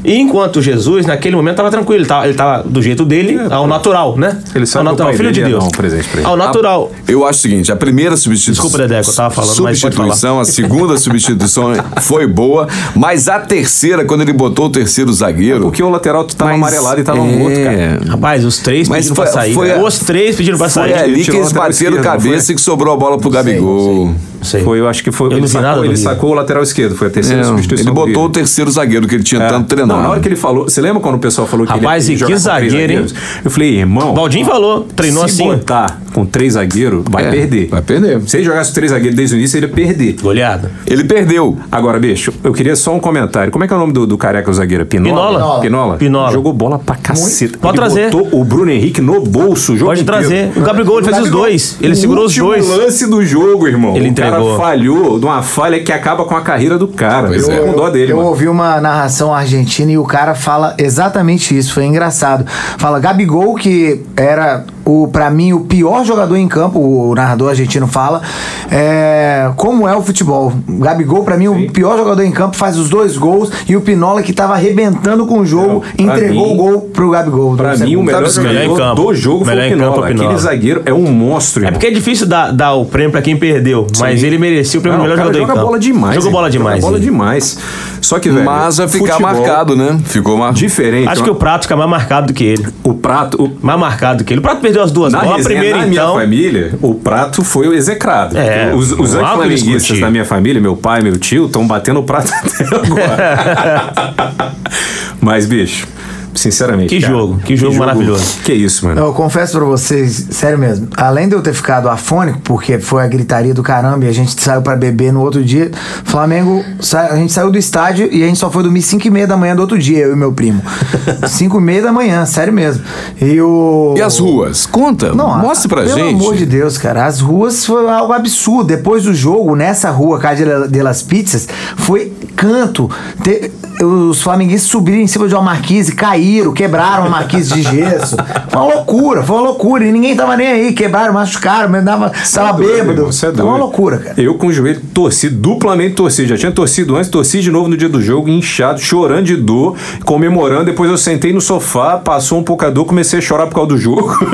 E enquanto Jesus, naquele momento, estava tranquilo, ele tava, ele tava do jeito dele, É, ao natural, né? Ele sabe ao que o natural, pai filho de dele ia Deus. dar um presente pra ele. Ao natural. Eu acho o seguinte, a primeira substituição. Desculpa, Dedé, que eu tava falando, mas pode falar. Substituição, a segunda substituição foi boa, mas a terceira, quando ele botou o terceiro zagueiro. Porque o lateral tava Mas amarelado e tava é, morto, cara. Rapaz, os três Mas pediram foi- pra sair. né? foi a- os três pediram pra Foi sair. ali que tirou eles o lateral bateram esquerdo, não foi? cabeça e que sobrou a bola pro Gabigol. Não sei. Foi, eu acho que foi. Eu ele não vi nada sacou, do ele Rio. sacou o lateral esquerdo, foi a terceira É, substituição. ele do Rio. botou o terceiro zagueiro que ele tinha tanto treinado. É. Não, na hora que ele falou, você lembra quando o pessoal falou que Tá Rapaz, ele e ia jogar que com três zagueiro, hein? zagueiros? Eu falei, irmão. Baldinho falou, treinou se assim. botar com três zagueiros, vai É, perder. vai perder. Se ele jogasse com três zagueiros desde o início, ele ia perder. Goleada. Ele perdeu. Agora, bicho, eu queria só um comentário. Como é que é o nome do, do careca o zagueiro? Pinola? Pinola. Pinola. Pinola. Jogou bola pra caceta. Pode Ele trazer. Botou o Bruno Henrique no bolso. o jogo Pode inteiro. trazer. O Gabigol ele fez os dois. Ele O segurou os último dois. lance do jogo, irmão. Ele o entregou. cara falhou de uma falha que acaba com a carreira do cara. Pois eu é. tô com dó dele, eu mano. ouvi uma narração argentina e o cara fala exatamente isso, foi engraçado. Fala Gabigol que era o para mim o pior jogador em campo, o narrador argentino fala, é, como é o futebol. Gabigol pra mim o pior jogador em campo faz os dois gols e o Pinola que tava arrebentando com o jogo, Não, pra entregou mim- o gol pro Gabigol. do Pra mim, segundo o melhor Sabe melhor em jogador campo. do jogo foi Melhor o em campo, Pinola. o Pinola. Aquele zagueiro é um monstro, É irmão. porque é difícil dar, dar o prêmio pra quem perdeu, mas ele merecia o prêmio Não, melhor o cara jogador em joga campo. bola demais. Jogou hein? bola Joga demais. bola hein? demais. Só que, velho. Mas vai ficar futebol marcado, né? Ficou marcado. Diferente. Acho que o Prato fica mais marcado do que ele. o prato. o- Mais marcado do que ele. O Prato perdeu as duas na bolas. A resenha, primeira, na então. minha família, o prato foi execrado. É, os os não há o que antiflamenguistas discutir. da minha família, meu pai, meu *laughs* *laughs* tio, estão batendo o prato até agora. Mas, bicho, Sinceramente. Que cara. jogo, que jogo maravilhoso. Que é isso, mano. Eu confesso pra vocês, sério mesmo, além de eu ter ficado afônico, porque foi a gritaria do caramba e a gente saiu pra beber no outro dia, Flamengo, sa- a gente saiu do estádio e a gente só foi dormir 5 e meia da manhã do outro dia, eu e meu primo. 5 e meia da manhã, sério mesmo. E o... E as ruas? Conta, Não, mostra pra pelo gente. Pelo amor de Deus, cara. As ruas foi algo absurdo. Depois do jogo, nessa rua, Casa de- de las Pizzas, foi canto. Te- os flamenguistas subiram em cima de uma marquise, caíram, quebraram a marquise de gesso. *laughs* Foi uma loucura, foi uma loucura. E ninguém tava nem aí. Quebraram, machucaram, mas dava, tava doido, bêbado. irmão, Você é foi doido. uma loucura, cara. Eu com o joelho torci, duplamente torci. Já tinha torcido antes, torci de novo no dia do jogo, inchado, chorando de dor, comemorando. Depois eu sentei no sofá, passou um pocador, comecei a chorar por causa do jogo. *laughs*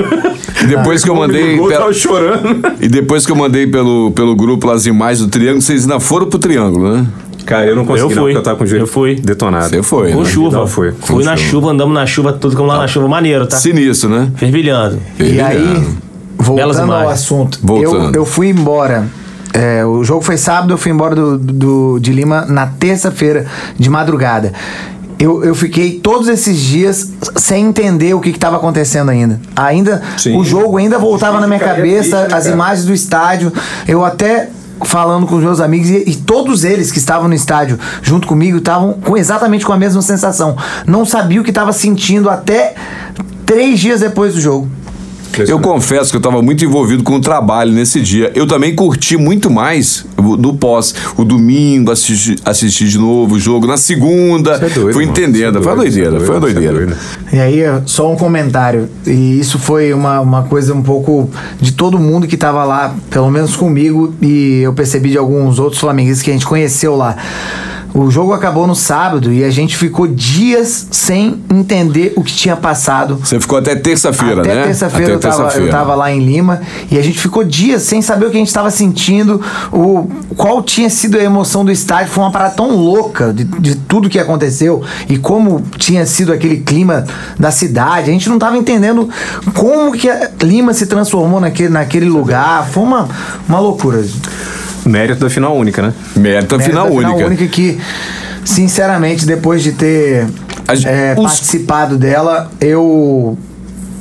E depois que eu mandei. Eu pe- tava chorando. E depois que eu mandei pelo, pelo grupo lá as imagens do triângulo, vocês ainda foram pro triângulo, né? Cara, eu não consegui, Eu não, fui. porque eu tava com o joelho Eu fui. detonado. Você foi, Com né? chuva. Vidal foi. Fui na chuva. chuva, andamos na chuva, tudo como lá na chuva. Maneiro, tá? Sinistro, né? Fervilhando. E Ele aí, era. Belas voltando ao imagens. assunto, eu, Voltando. eu fui embora. É, o jogo foi sábado, eu fui embora do, do- de Lima na terça-feira de madrugada. Eu, eu fiquei todos esses dias sem entender o que estava acontecendo ainda. Ainda Sim. o jogo ainda voltava na minha Fica aí a cabeça, ficha, né, as cara? imagens do estádio. Eu até falando com os meus amigos e, e todos eles que estavam no estádio junto comigo estavam com exatamente com a mesma sensação. Não sabia o que estava sentindo até três dias depois do jogo. Eu confesso que eu estava muito envolvido com o trabalho nesse dia. Eu também curti muito mais o- do pós. O domingo, assisti, assisti de novo o jogo. Na segunda, Você é doido, fui irmão. entendendo. Você é foi uma doido, doideira, você é foi uma doido, você é doideira. doido. E aí, só um comentário. E isso foi uma, uma coisa um pouco de todo mundo que tava lá, pelo menos comigo, e eu percebi de alguns outros flamenguistas que a gente conheceu lá. O jogo acabou no sábado e a gente ficou dias sem entender o que tinha passado Você ficou até terça-feira, até né? terça-feira eu, tava- eu tava lá em Lima e a gente ficou dias sem saber o que a gente tava sentindo, o, qual tinha sido a emoção do estádio. Foi uma parada tão louca de, de tudo que aconteceu e como tinha sido aquele clima da cidade. A gente não tava entendendo como que a- Lima se transformou naquele, naquele lugar. Foi uma, uma loucura. Mérito da final única, né? Meta final Mérito da única. Final única que, sinceramente, depois de ter A gen- eh, os- participado dela, eu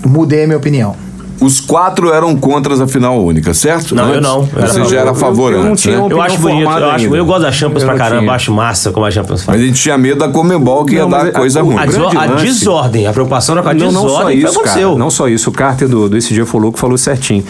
mudei a minha opinião. Os quatro eram contras a final única, certo? Não, eu Antes, não. Eu Você não. já era Eu- a favor eu não antes, tinha um né? opinião Eu acho bonito, formada eu, acho, ainda. eu gosto da Champions Eu pra não caramba, tinha. acho massa como a Champions faz. Mas a gente tinha medo da Comembol que ia Não, mas dar a- coisa o- ruim. A, Um grande desor- a lance- desordem, a preocupação era com a Não, desordem não só que isso, aconteceu. cara. Não só isso. O Carter do, do Esse Dia Foi Louco falou certinho.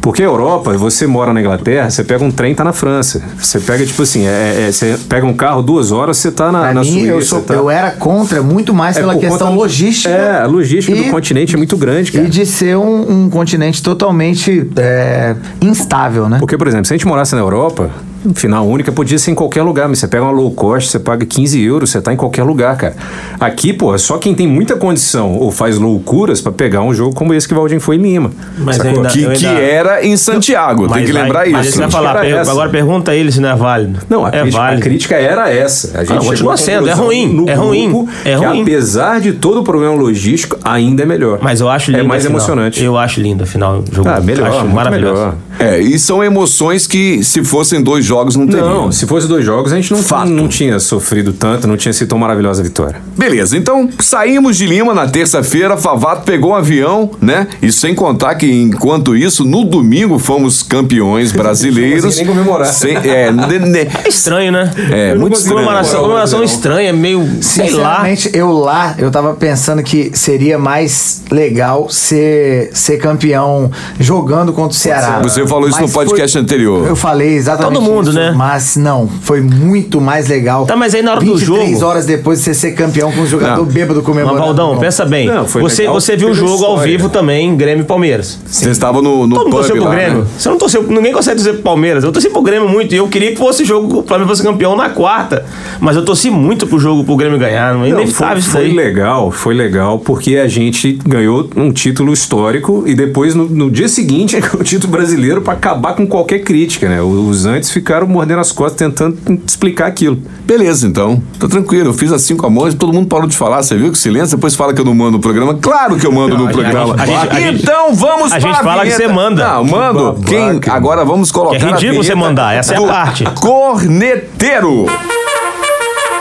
Porque a Europa, você mora na Inglaterra, você pega um trem tá na França. Você pega, tipo assim, é- é- você pega um carro duas horas, você tá na, Pra na mim, Suíça. eu, sou- tá... eu era contra muito mais É pela por questão conta- logística. É, a logística e- do continente é muito grande, E cara. de ser um, um continente totalmente é, instável, né? Porque, por exemplo, se a gente morasse na Europa, final única podia ser em qualquer lugar, mas você pega uma low cost, você paga 15 euros, você tá em qualquer lugar, cara. Aqui, pô, é só quem tem muita condição ou faz loucuras pra pegar um jogo como esse que o Valdinho foi em Lima. Mas Sacou? ainda- Que, eu que ainda- era em Santiago, tem que aí- lembrar Mas isso. você vai falar, Era per- essa. agora pergunta a ele se não é válido. Não, a, é crítica, a válido. crítica era essa. A gente chegou continua à sendo, é conclusão ruim, no é ruim, grupo é que ruim. Apesar de todo o problema logístico, ainda é melhor. Mas eu acho É lindo. mais a final. emocionante. Eu acho lindo, afinal. o Jogo Ah, melhor, acho muito maravilhoso. melhor. É, e são emoções que, se fossem dois jogos, não teriam. Não, se fosse dois jogos, a gente não, Fato. não tinha sofrido tanto, não tinha sido tão maravilhosa a vitória. Beleza, então saímos de Lima na terça-feira, Favato pegou um avião, né? E sem contar que, enquanto isso, no domingo fomos *laughs* campeões brasileiros. nem comemorar. Sem, é, ne- ne- É estranho, né? É, muito gosto de estranho. Comemoração, comemoração estranha, é meio, sei lá. Sinceramente, eu lá, eu tava pensando que seria mais legal ser, ser campeão jogando contra o Ceará. Você falou isso Mas no podcast foi- anterior. Eu falei exatamente Todo mundo, isso, né? Mas não, foi muito mais legal. Tá, mas aí na hora do 23 jogo- horas depois de você ser campeão com um jogador Não. bêbado Mas, comemorando. Valdão, Não. pensa bem. Não, foi você, legal você viu o pela jogo ao história. vivo também, Grêmio e Palmeiras. Você estava no, no Todo mundo pub torceu pro lá, Grêmio. né? Você não torceu, ninguém consegue torcer pro Palmeiras. Eu torci pro Grêmio muito e eu queria que fosse jogo que o Flamengo fosse campeão na quarta. Mas eu torci muito pro jogo pro Grêmio ganhar. Não é Não, inevitável foi, isso foi aí. legal, foi legal, porque a gente ganhou um título histórico e depois, no, no dia seguinte, *laughs* o título brasileiro pra acabar com qualquer crítica, né? Os antes ficaram mordendo as costas tentando explicar aquilo. Beleza, então. Tô tranquilo, eu fiz assim com a mão, todo mundo parou de falar. Você viu que silêncio? Depois fala que eu não mando o programa. Claro que eu *laughs* mando no a programa. gente- a gente- a gente- então vamos a para gente fala que vinheta. você manda. Não, mando. Que Quem, babaca, agora vamos colocar. É ridículo a você *laughs* vinheta mandar, essa é a do parte. Corneteiro.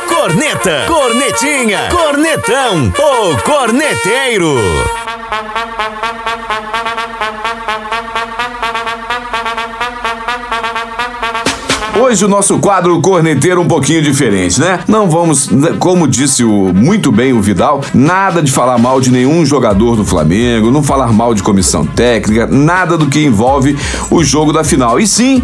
Corneta, cornetinha, cornetão ou corneteiro. Hoje o nosso quadro corneteiro um pouquinho diferente, né? Não vamos, né, como disse o, muito bem o Vidal, nada de falar mal de nenhum jogador do Flamengo, não falar mal de comissão técnica, nada do que envolve o jogo da final. E sim,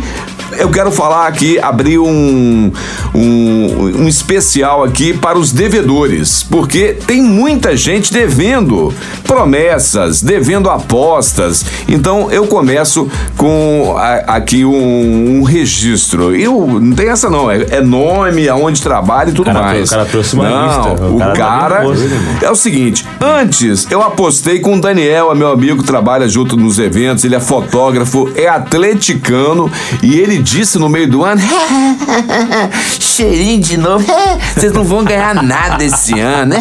eu quero falar aqui, abrir um, um, um especial aqui para os devedores, porque tem muita gente devendo promessas, devendo apostas. Então eu começo com a- aqui um, um registro. Eu não tem essa não, é, é nome, aonde trabalha e tudo cara mais. trou- o cara trouxe uma não, lista, O o cara, cara tá nervoso, irmão. é o seguinte, antes eu apostei com o Daniel, é meu amigo, trabalha junto nos eventos, ele é fotógrafo, é atleticano e ele disse no meio do ano, *laughs* cheirinho de novo, *laughs* vocês não vão ganhar nada esse ano,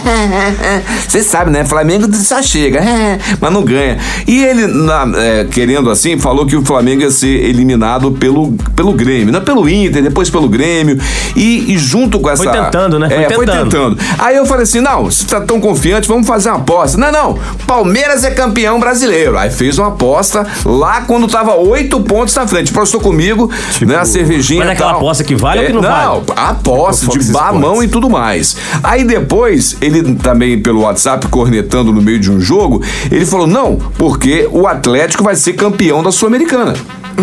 *laughs* vocês sabem, né? Flamengo só chega, *laughs* mas não ganha. E ele, na- é, querendo assim, falou que o Flamengo ia ser eliminado pelo, pelo Grêmio, não pelo Inter, depois pelo Grêmio e, e junto com essa... tentando, né? Foi É, foi tentando. tentando tentando. Aí eu falei assim: não, você tá tão confiante, vamos fazer uma aposta. Não, não, Palmeiras é campeão brasileiro. Aí fez uma aposta lá quando tava oito pontos na frente. Apostou comigo, né? A cervejinha. Tipo, mas é e aquela tal. É, aposta que vale ou que não vale? aposta Fox de bar, Sports. mão e tudo mais. Aí depois, ele também pelo WhatsApp, cornetando no meio de um jogo, ele falou: não, porque o Atlético vai ser campeão da Sul-Americana.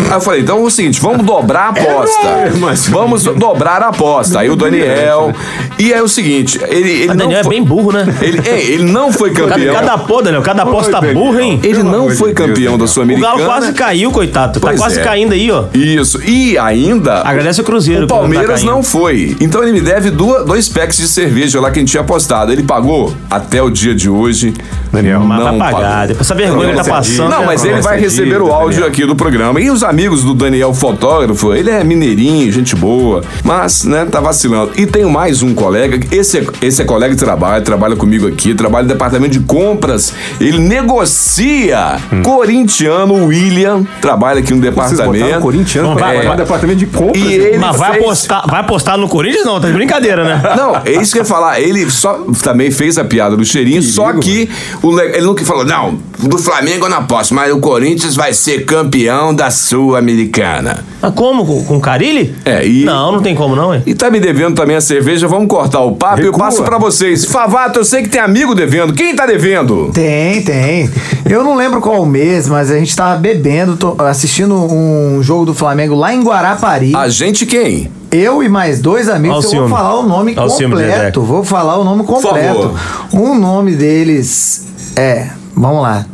Aí eu falei, então é o seguinte, vamos dobrar a *laughs* É, aposta. mas- Vamos dobrar a aposta. Aí o Daniel. E aí é o seguinte, ele, ele Mas não Daniel é foi- bem burro, né? Ele, é, ele não foi Cada, campeão. cada pô, Daniel, cada aposta Daniel. burra, hein? Ele Pelo não amor foi de Deus, campeão da Daniel. O Sul-Americana. Galo quase caiu, coitado. Pois tá quase é. caindo aí, ó. Isso. E ainda. Agradece o Cruzeiro O que não tá Palmeiras caindo. não foi. Então ele me deve duas- dois packs de cerveja lá que a gente tinha apostado. Ele pagou até o dia de hoje. Daniel, Mas não vai pagar. pagou. Depois essa vergonha Não, que ele tá essa passando, dívida. Não, né, mas ele promessa vai de receber dívida, o áudio Daniel. aqui do programa. E os amigos do Daniel fotógrafo, ele é mineirinho, gente boa, mas, né, tá vacilando. E tenho mais um colega, esse é, esse é colega de trabalho, trabalha comigo aqui, trabalha no departamento de compras, ele negocia. Hum. Corintiano William, trabalha aqui no vocês botaram departamento. o corintiano pra É. trabalhar no departamento de compras. E ele Mas vai fez- apostar, vai apostar no Corinthians? Não, tá de brincadeira, né? *laughs* Não, é isso que eu ia falar. Ele só também fez a piada do cheirinho, só que o, le- ele nunca falou, não, do Flamengo eu não posso, mas o Corinthians vai ser campeão da Sul-Americana. Mas como? Com, com o Carilli? É, e- Não, não tem como não, hein? E tá me devendo também a cerveja, vamos cortar o papo e eu Recua. passo pra vocês. Favato, eu sei que tem amigo devendo. Quem tá devendo? Tem, tem. Eu não lembro qual mês, mas a gente tava bebendo, to- assistindo um jogo do Flamengo lá em Guarapari. A gente quem? Eu e mais dois amigos, Ah. Olha o eu vou ciúme. falar o nome Olha o ciúme, completo. Dedé. Vou falar o nome completo. favor. Um nome deles é. Vamos lá.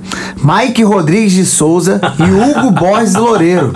Mike Rodrigues de Souza e *laughs* Hugo Borges Loureiro.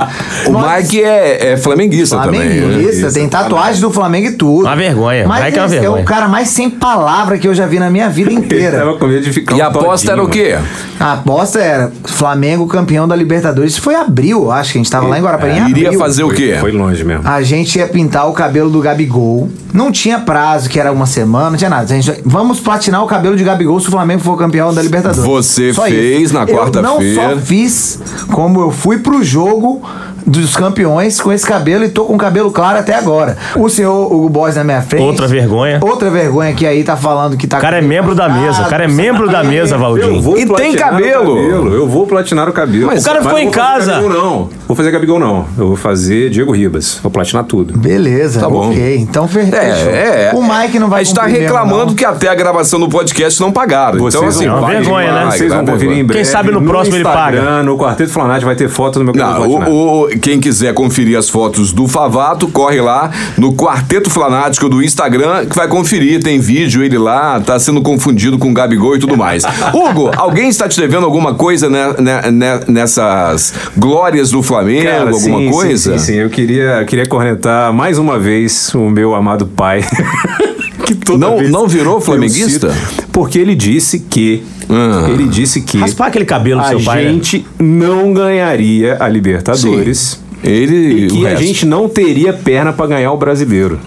O Nós- Mike é, é flamenguista, também. né? Flamenguista, tem tatuagem do Flamengo e tudo. Uma vergonha, Mas Mike é uma esse vergonha. o cara mais sem palavra que eu já vi na minha *laughs* vida Ele inteira. tava com medo de ficar E a um todinho, aposta era o mano. quê? A aposta era Flamengo campeão da Libertadores. Isso foi em abril, eu acho que a gente tava lá em Guarapari. em É, Iria abril. fazer o Foi- quê? Foi longe mesmo. A gente ia pintar o cabelo do Gabigol. Não tinha prazo, que era uma semana, não tinha nada. A gente, vamos platinar o cabelo de Gabigol se o Flamengo for campeão da Libertadores. Você fez na quarta-feira. Eu não só fiz, como eu fui pro jogo dos campeões com esse cabelo e tô com o cabelo claro até agora. O senhor Hugo Boss na minha frente. Outra vergonha. Outra vergonha que aí tá falando que tá... O cara é membro da mesa, o cara é membro da mesa, Valdir. tá vou E tem platinar o cabelo. Eu vou platinar o cabelo. Mas o cara ficou não em vou fazer casa. Gabigol, não. Vou fazer Gabigol, não. Eu vou fazer Diego Ribas. Vou platinar tudo. Beleza, Tá bom. ok. Então, fe- fechou. É, é. O Mike não vai A gente tá cumprir mesmo, reclamando não. que até a gravação do podcast não pagaram. Vocês então, assim, vão- É uma vai vergonha, né? demais, Vocês vai vão conferir em vergonha. breve. Quem sabe no próximo ele Instagram, No Quarteto Flanate vai ter foto do meu cabelo Não, platinado. o, o- quem quiser conferir as fotos do Favato, corre lá no Quarteto Flanático do Instagram, que vai conferir. Tem vídeo ele lá, tá sendo confundido com o Gabigol e tudo *laughs* mais. Hugo, alguém está te devendo alguma coisa né, né- né- nessas glórias do Flamengo? Cara, alguma sim, coisa? Sim, sim, sim. Eu queria, eu queria cornetar mais uma vez o meu amado pai. *laughs* que toda Não- vez não virou eu flamenguista? cito, Porque ele disse que. Ah. Ele disse que. né? Raspar aquele cabelo do a seu pai, né? gente não ganharia a Libertadores. Ele E o que a resto. gente não teria perna pra ganhar o brasileiro.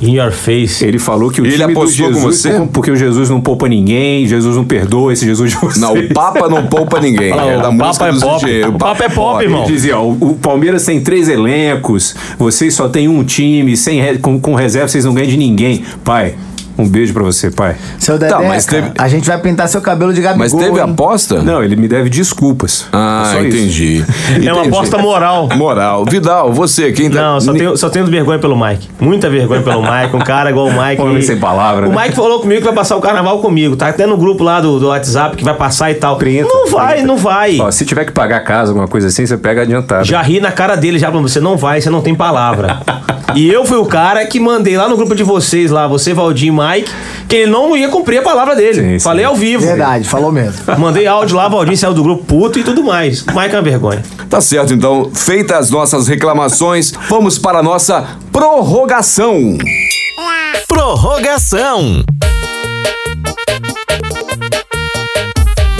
In your face. Ele falou que o Ele time do apostou com Jesus, você? por- porque o Jesus não poupa ninguém, Jesus não perdoa esse Jesus de vocês. Não, o *laughs* Papa não poupa ninguém. Fala, é o da Papa música é dos pop. engenheiros. O Papa é pop, Ó, irmão. Ele dizia, ó, o o Palmeiras tem três elencos, vocês só tem um time, sem re- com, com reserva vocês não ganham de ninguém. Pai, um beijo pra você, pai. Tá, Seu Dedé, Tá, mas cara, teve- a gente vai pintar seu cabelo de Gabigol. Mas teve hein? aposta? Não, ele me deve desculpas. Ah, É só isso. entendi. É uma Entendi. aposta moral. Moral. Vidal, você, quem tá. Não, só Ni- tenho, só tenho vergonha pelo Mike. Muita vergonha pelo Mike. Um cara igual o Mike. Homem sem palavra, O né? Mike falou comigo que vai passar o carnaval comigo. Tá até no grupo lá do, do WhatsApp que vai passar e tal. Printa, não vai, printa. não vai. Ó, se tiver que pagar a casa, alguma coisa assim, você pega adiantado. Já ri na cara dele, já falando, você não vai, você não tem palavra. e eu fui o cara que mandei lá no grupo de vocês, lá, você, Valdir e Mike, que ele não ia cumprir a palavra dele. Sim, sim. Falei ao vivo. Verdade, falou mesmo. Mandei áudio lá, Valdir saiu do grupo puto e tudo mais. Mike é uma vergonha. Tá certo, então, feitas as nossas reclamações, vamos para a nossa prorrogação. Prorrogação.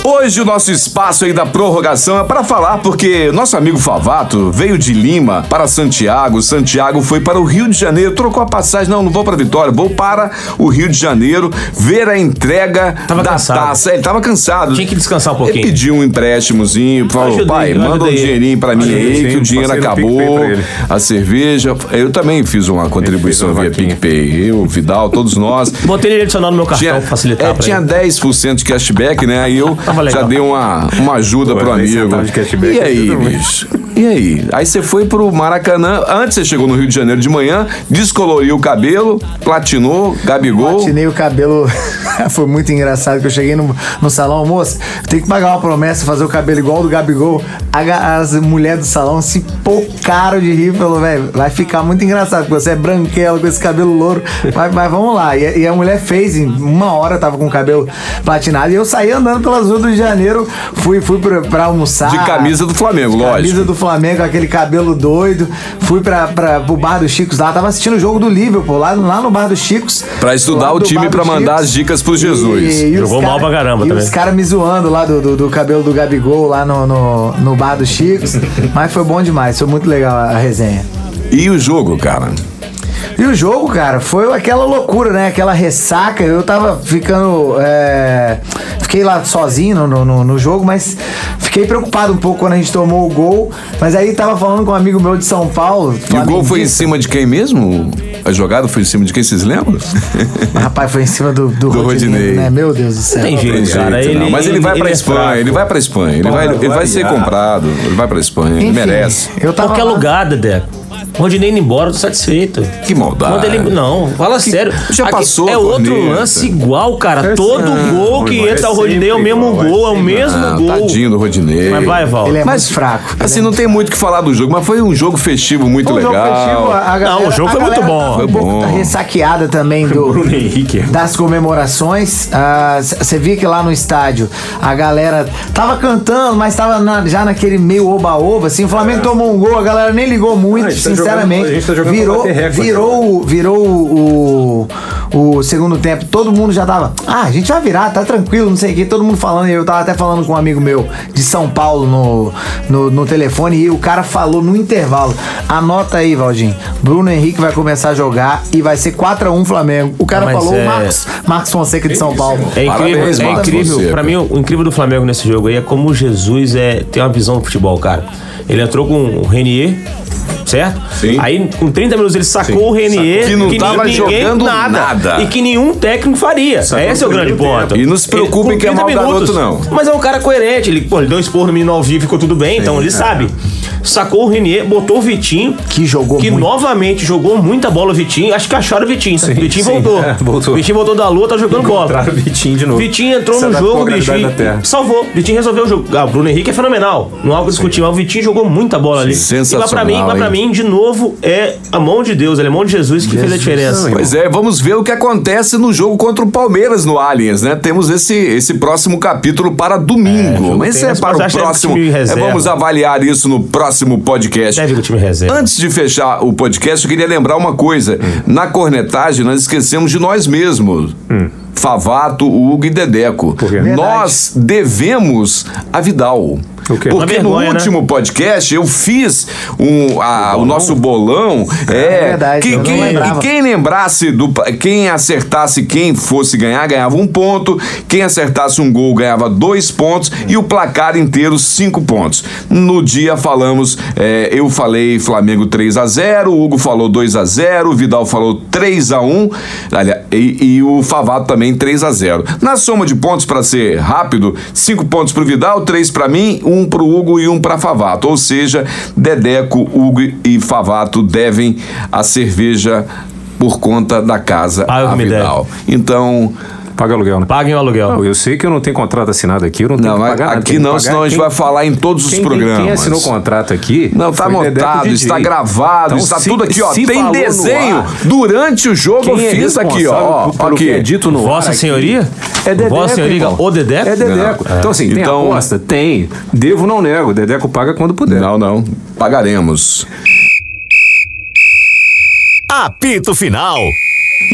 Hoje o nosso espaço aí da prorrogação é para falar porque nosso amigo Favato veio de Lima para Santiago, Santiago foi para o Rio de Janeiro, trocou a passagem, não, não vou para Vitória, vou para o Rio de Janeiro ver a entrega Tava da cansado. taça. Ele tava cansado. Tinha que descansar um Ele pouquinho. pediu um empréstimozinho, falou, Ajudei, pai, eu manda um ajudei ele. dinheirinho para mim Ajudei, aí, sim, que o dinheiro passei no PicPay acabou, pra ele. a cerveja. Eu também fiz uma contribuição uma via vaquinha. PicPay, eu, Vidal, todos nós. Botei ele adicional no meu cartão Tinha, pra facilitar é, pra tinha ele. 10% de cashback, né? Aí eu Tava legal. já dei uma, uma ajuda Pô, pro 10 amigo. centavos de cashback E aí, ajuda muito. bicho? E aí? Aí você foi pro Maracanã, antes você chegou no Rio de Janeiro de manhã, descoloriu o cabelo, platinou, gabigol. Patinei o cabelo. *laughs* Foi muito engraçado que eu cheguei no, no salão, moça, tem que pagar uma promessa, fazer o cabelo igual o do Gabigol. A ga- as mulheres do salão se pocaram de rir, falou, velho, vai ficar muito engraçado, porque você é branquela com esse cabelo louro. Mas, mas vamos lá. E, e a mulher fez, em uma hora eu tava com o cabelo platinado. E eu saí andando pelas ruas do Rio de Janeiro, fui, fui pra, pra almoçar. De camisa do Flamengo, lógico. Ah, Camisa do Flamengo, aquele cabelo doido. Fui pra, pra, pro bar dos Chicos lá, tava assistindo o jogo do Liverpool, lá, lá no bar dos Chicos. Pra estudar Lá o do time bar pra dos mandar Chicos. as dicas pro Jesus. E- e os Jogou mal pra caramba e também. Os caras me zoando lá do, do, do cabelo do Gabigol, lá no, no, no bar dos Chicos. Mas foi bom demais, foi muito legal a resenha. E o jogo, cara? E o jogo, cara, foi aquela loucura, né? Aquela ressaca. Eu tava ficando. é, Fiquei lá sozinho no, no, no jogo, mas fiquei preocupado um pouco quando a gente tomou o gol. Mas aí tava falando com um amigo meu de São Paulo. E o gol foi em flamenguista. cima de quem mesmo? A jogada foi em cima de quem, vocês lembram? Rapaz, foi em cima do, do, Do Rodinei, Rodinei. né? Meu Deus do céu. Tem Tem jeito, jeito, cara. não. Mas ele vai pra é fraco. Espanha, ele vai pra Espanha, ele vai, ele vai ser comprado, ele vai pra Espanha, ele Enfim, merece. Eu tava Qualquer lá- lugar, Dedé. Rodinei indo embora, eu tô satisfeito. Que maldade. Manda ele... Não, fala Que- sério. já Aqui passou a É outro corneta. lance igual, cara. Todo gol que irmão, entra é o Rodinei é o sempre mesmo igual, é gol, é o sempre- mesmo Ah, gol. Tadinho do Rodinei. Mas vai, Val. Ele é Mas, mais fraco. Assim, não tem muito o que falar do jogo, mas foi um jogo festivo muito Um jogo legal. festivo, a- a Não, o jogo a foi muito galera bom. tava Foi Um pouco bom. ressaqueada também do, né, Bruno Henrique. das comemorações. Você via que lá no estádio a galera tava cantando, mas tava na- já naquele meio oba-oba, assim. O Flamengo tomou um gol, a galera nem ligou muito, É. A gente tá sinceramente. jogando- a gente tá jogando pra virou, bater recorde, virou, o- virou o, o, o segundo tempo. Todo mundo já tava. Ah, a gente vai virar, tá tranquilo, não sei o que. Todo mundo falando. Eu tava até falando com um amigo meu de São Paulo no, no, no telefone e o cara falou no intervalo. Anota aí, Valdinho. Bruno Henrique vai começar a jogar e vai ser 4x1 Flamengo. O cara Mas falou, é- o Marcos, Marcos Fonseca de São Paulo. É incrível, Parabéns, é Marcos, você, incrível. Pra cara. mim, o incrível do Flamengo nesse jogo aí é como o Jesus é, tem uma visão do futebol, cara. Ele entrou com o Renier, certo? Sim. Aí, com 30 minutos, ele sacou o Renier. Que não tava ninguém- jogando nada. E que nenhum técnico faria. Esse é o grande ponto. E não se preocupem Ele- com que é 30 mau minutos, garoto, não. Mas é um cara coerente. Ele, pô, ele deu um expor no menino ao vivo e ficou tudo bem, então é. ele sabe. Sacou o Renier, botou o Vitinho. Que jogou Que muito. novamente jogou muita bola o Vitinho. Acho que acharam o Vitinho. O Vitinho sim. voltou. É, voltou. Vitinho voltou da lua, tá jogando bola. Encontraram o Vitinho de novo. Vitinho entrou Se no adaptou jogo, à bicho. gravidade e é da Terra. Salvou. Vitinho resolveu o jogo. Ah, o Bruno Henrique é fenomenal. Não há o que discutir, mas o Vitinho jogou muita bola ali. Sensacional, E mas pra mim, mas pra hein? mim, de novo, é a mão de Deus, ele é a mão de Jesus que fez a diferença. Pois é, vamos ver o que acontece no jogo contra o Palmeiras no Allianz, né? Temos esse, esse próximo capítulo para domingo. Mas tem, Esse é mas para eu o acho que é próximo. time É, reserva. vamos avaliar isso no próximo podcast. Deve ir com o time reserva. é. Antes de fechar o podcast, eu queria lembrar uma coisa. Hum. Na cornetagem, nós esquecemos de nós mesmos. Favato, Hugo e Dedeco. Hum. quê? Nós devemos a Vidal. O Porque quê? Uma vergonha, no né? último podcast eu fiz um, a- o nosso bolão. É, É verdade, que, eu não quem, lembrava. e quem lembrasse do. pa- Quem acertasse quem fosse ganhar, ganhava um ponto. Quem acertasse um gol ganhava dois pontos. E o placar inteiro, cinco pontos. No dia falamos, é, eu falei Flamengo 3 a 0 o Hugo falou 2 a 0 o Vidal falou 3 a 1 aliás, e, e o Favato também 3 a 0 Na soma de pontos, para ser rápido, cinco pontos pro Vidal, três para mim, um pro Hugo e um para Favato. Ou seja, Dedeco, Hugo e Favato devem a cerveja por conta da casa Ah, eu a me Vidal. Então, Paga aluguel, né? Paguem o aluguel. Não, eu sei que eu não tenho contrato assinado aqui, eu não tenho não, que a- pagar nada, aqui quem não, pagar- senão a gente quem- vai falar em todos os quem- programas. Quem assinou o contrato aqui? Não, tá foi Dedeco montado, Didi. está gravado, Então, está se- tudo aqui, ó. se Tem falou no desenho. ar, Durante o jogo eu Quem é fiz aqui, responsável ó. por- pelo aqui. que é dito no ar Vossa aqui? Senhoria? É Dedeco. Vossa Senhoria, irmão. o Dedeco? É Dedeco. Então, assim, tem Então- aposta? Tem. Devo, não nego. Dedeco paga quando puder. Não, não. Pagaremos. Apito final.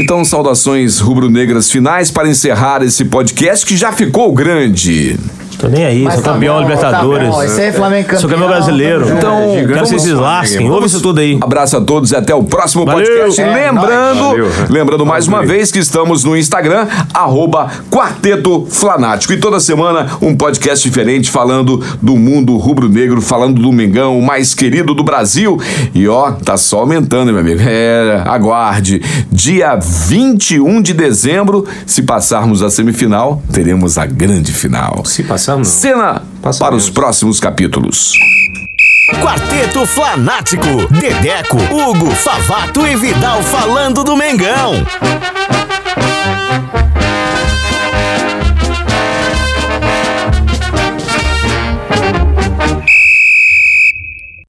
Então, saudações rubro-negras finais para encerrar esse podcast que já ficou grande. Tô nem aí, sou campeão bom, Libertadores. Tá bom. Esse aí é Flamengo campeão. tá Sou campeão brasileiro. tamo junto. Então, quero que vocês se lasquem. Ouve isso tudo aí. Um Abraço a todos e até o próximo Valeu. podcast. É, lembrando, nóis. Valeu. lembrando mais uma vez que estamos no Instagram, arroba Quarteto Flanático. E toda semana um podcast diferente falando do mundo rubro-negro, falando do Mengão, o mais querido do Brasil. E ó, tá só aumentando, hein, meu amigo. É, aguarde. Dia 21 de dezembro, se passarmos a semifinal, teremos a grande final. Se passar, não. Cena Passaremos. para os próximos capítulos. Quarteto Flanático. Dedeco, Hugo, Favato e Vidal falando do Mengão.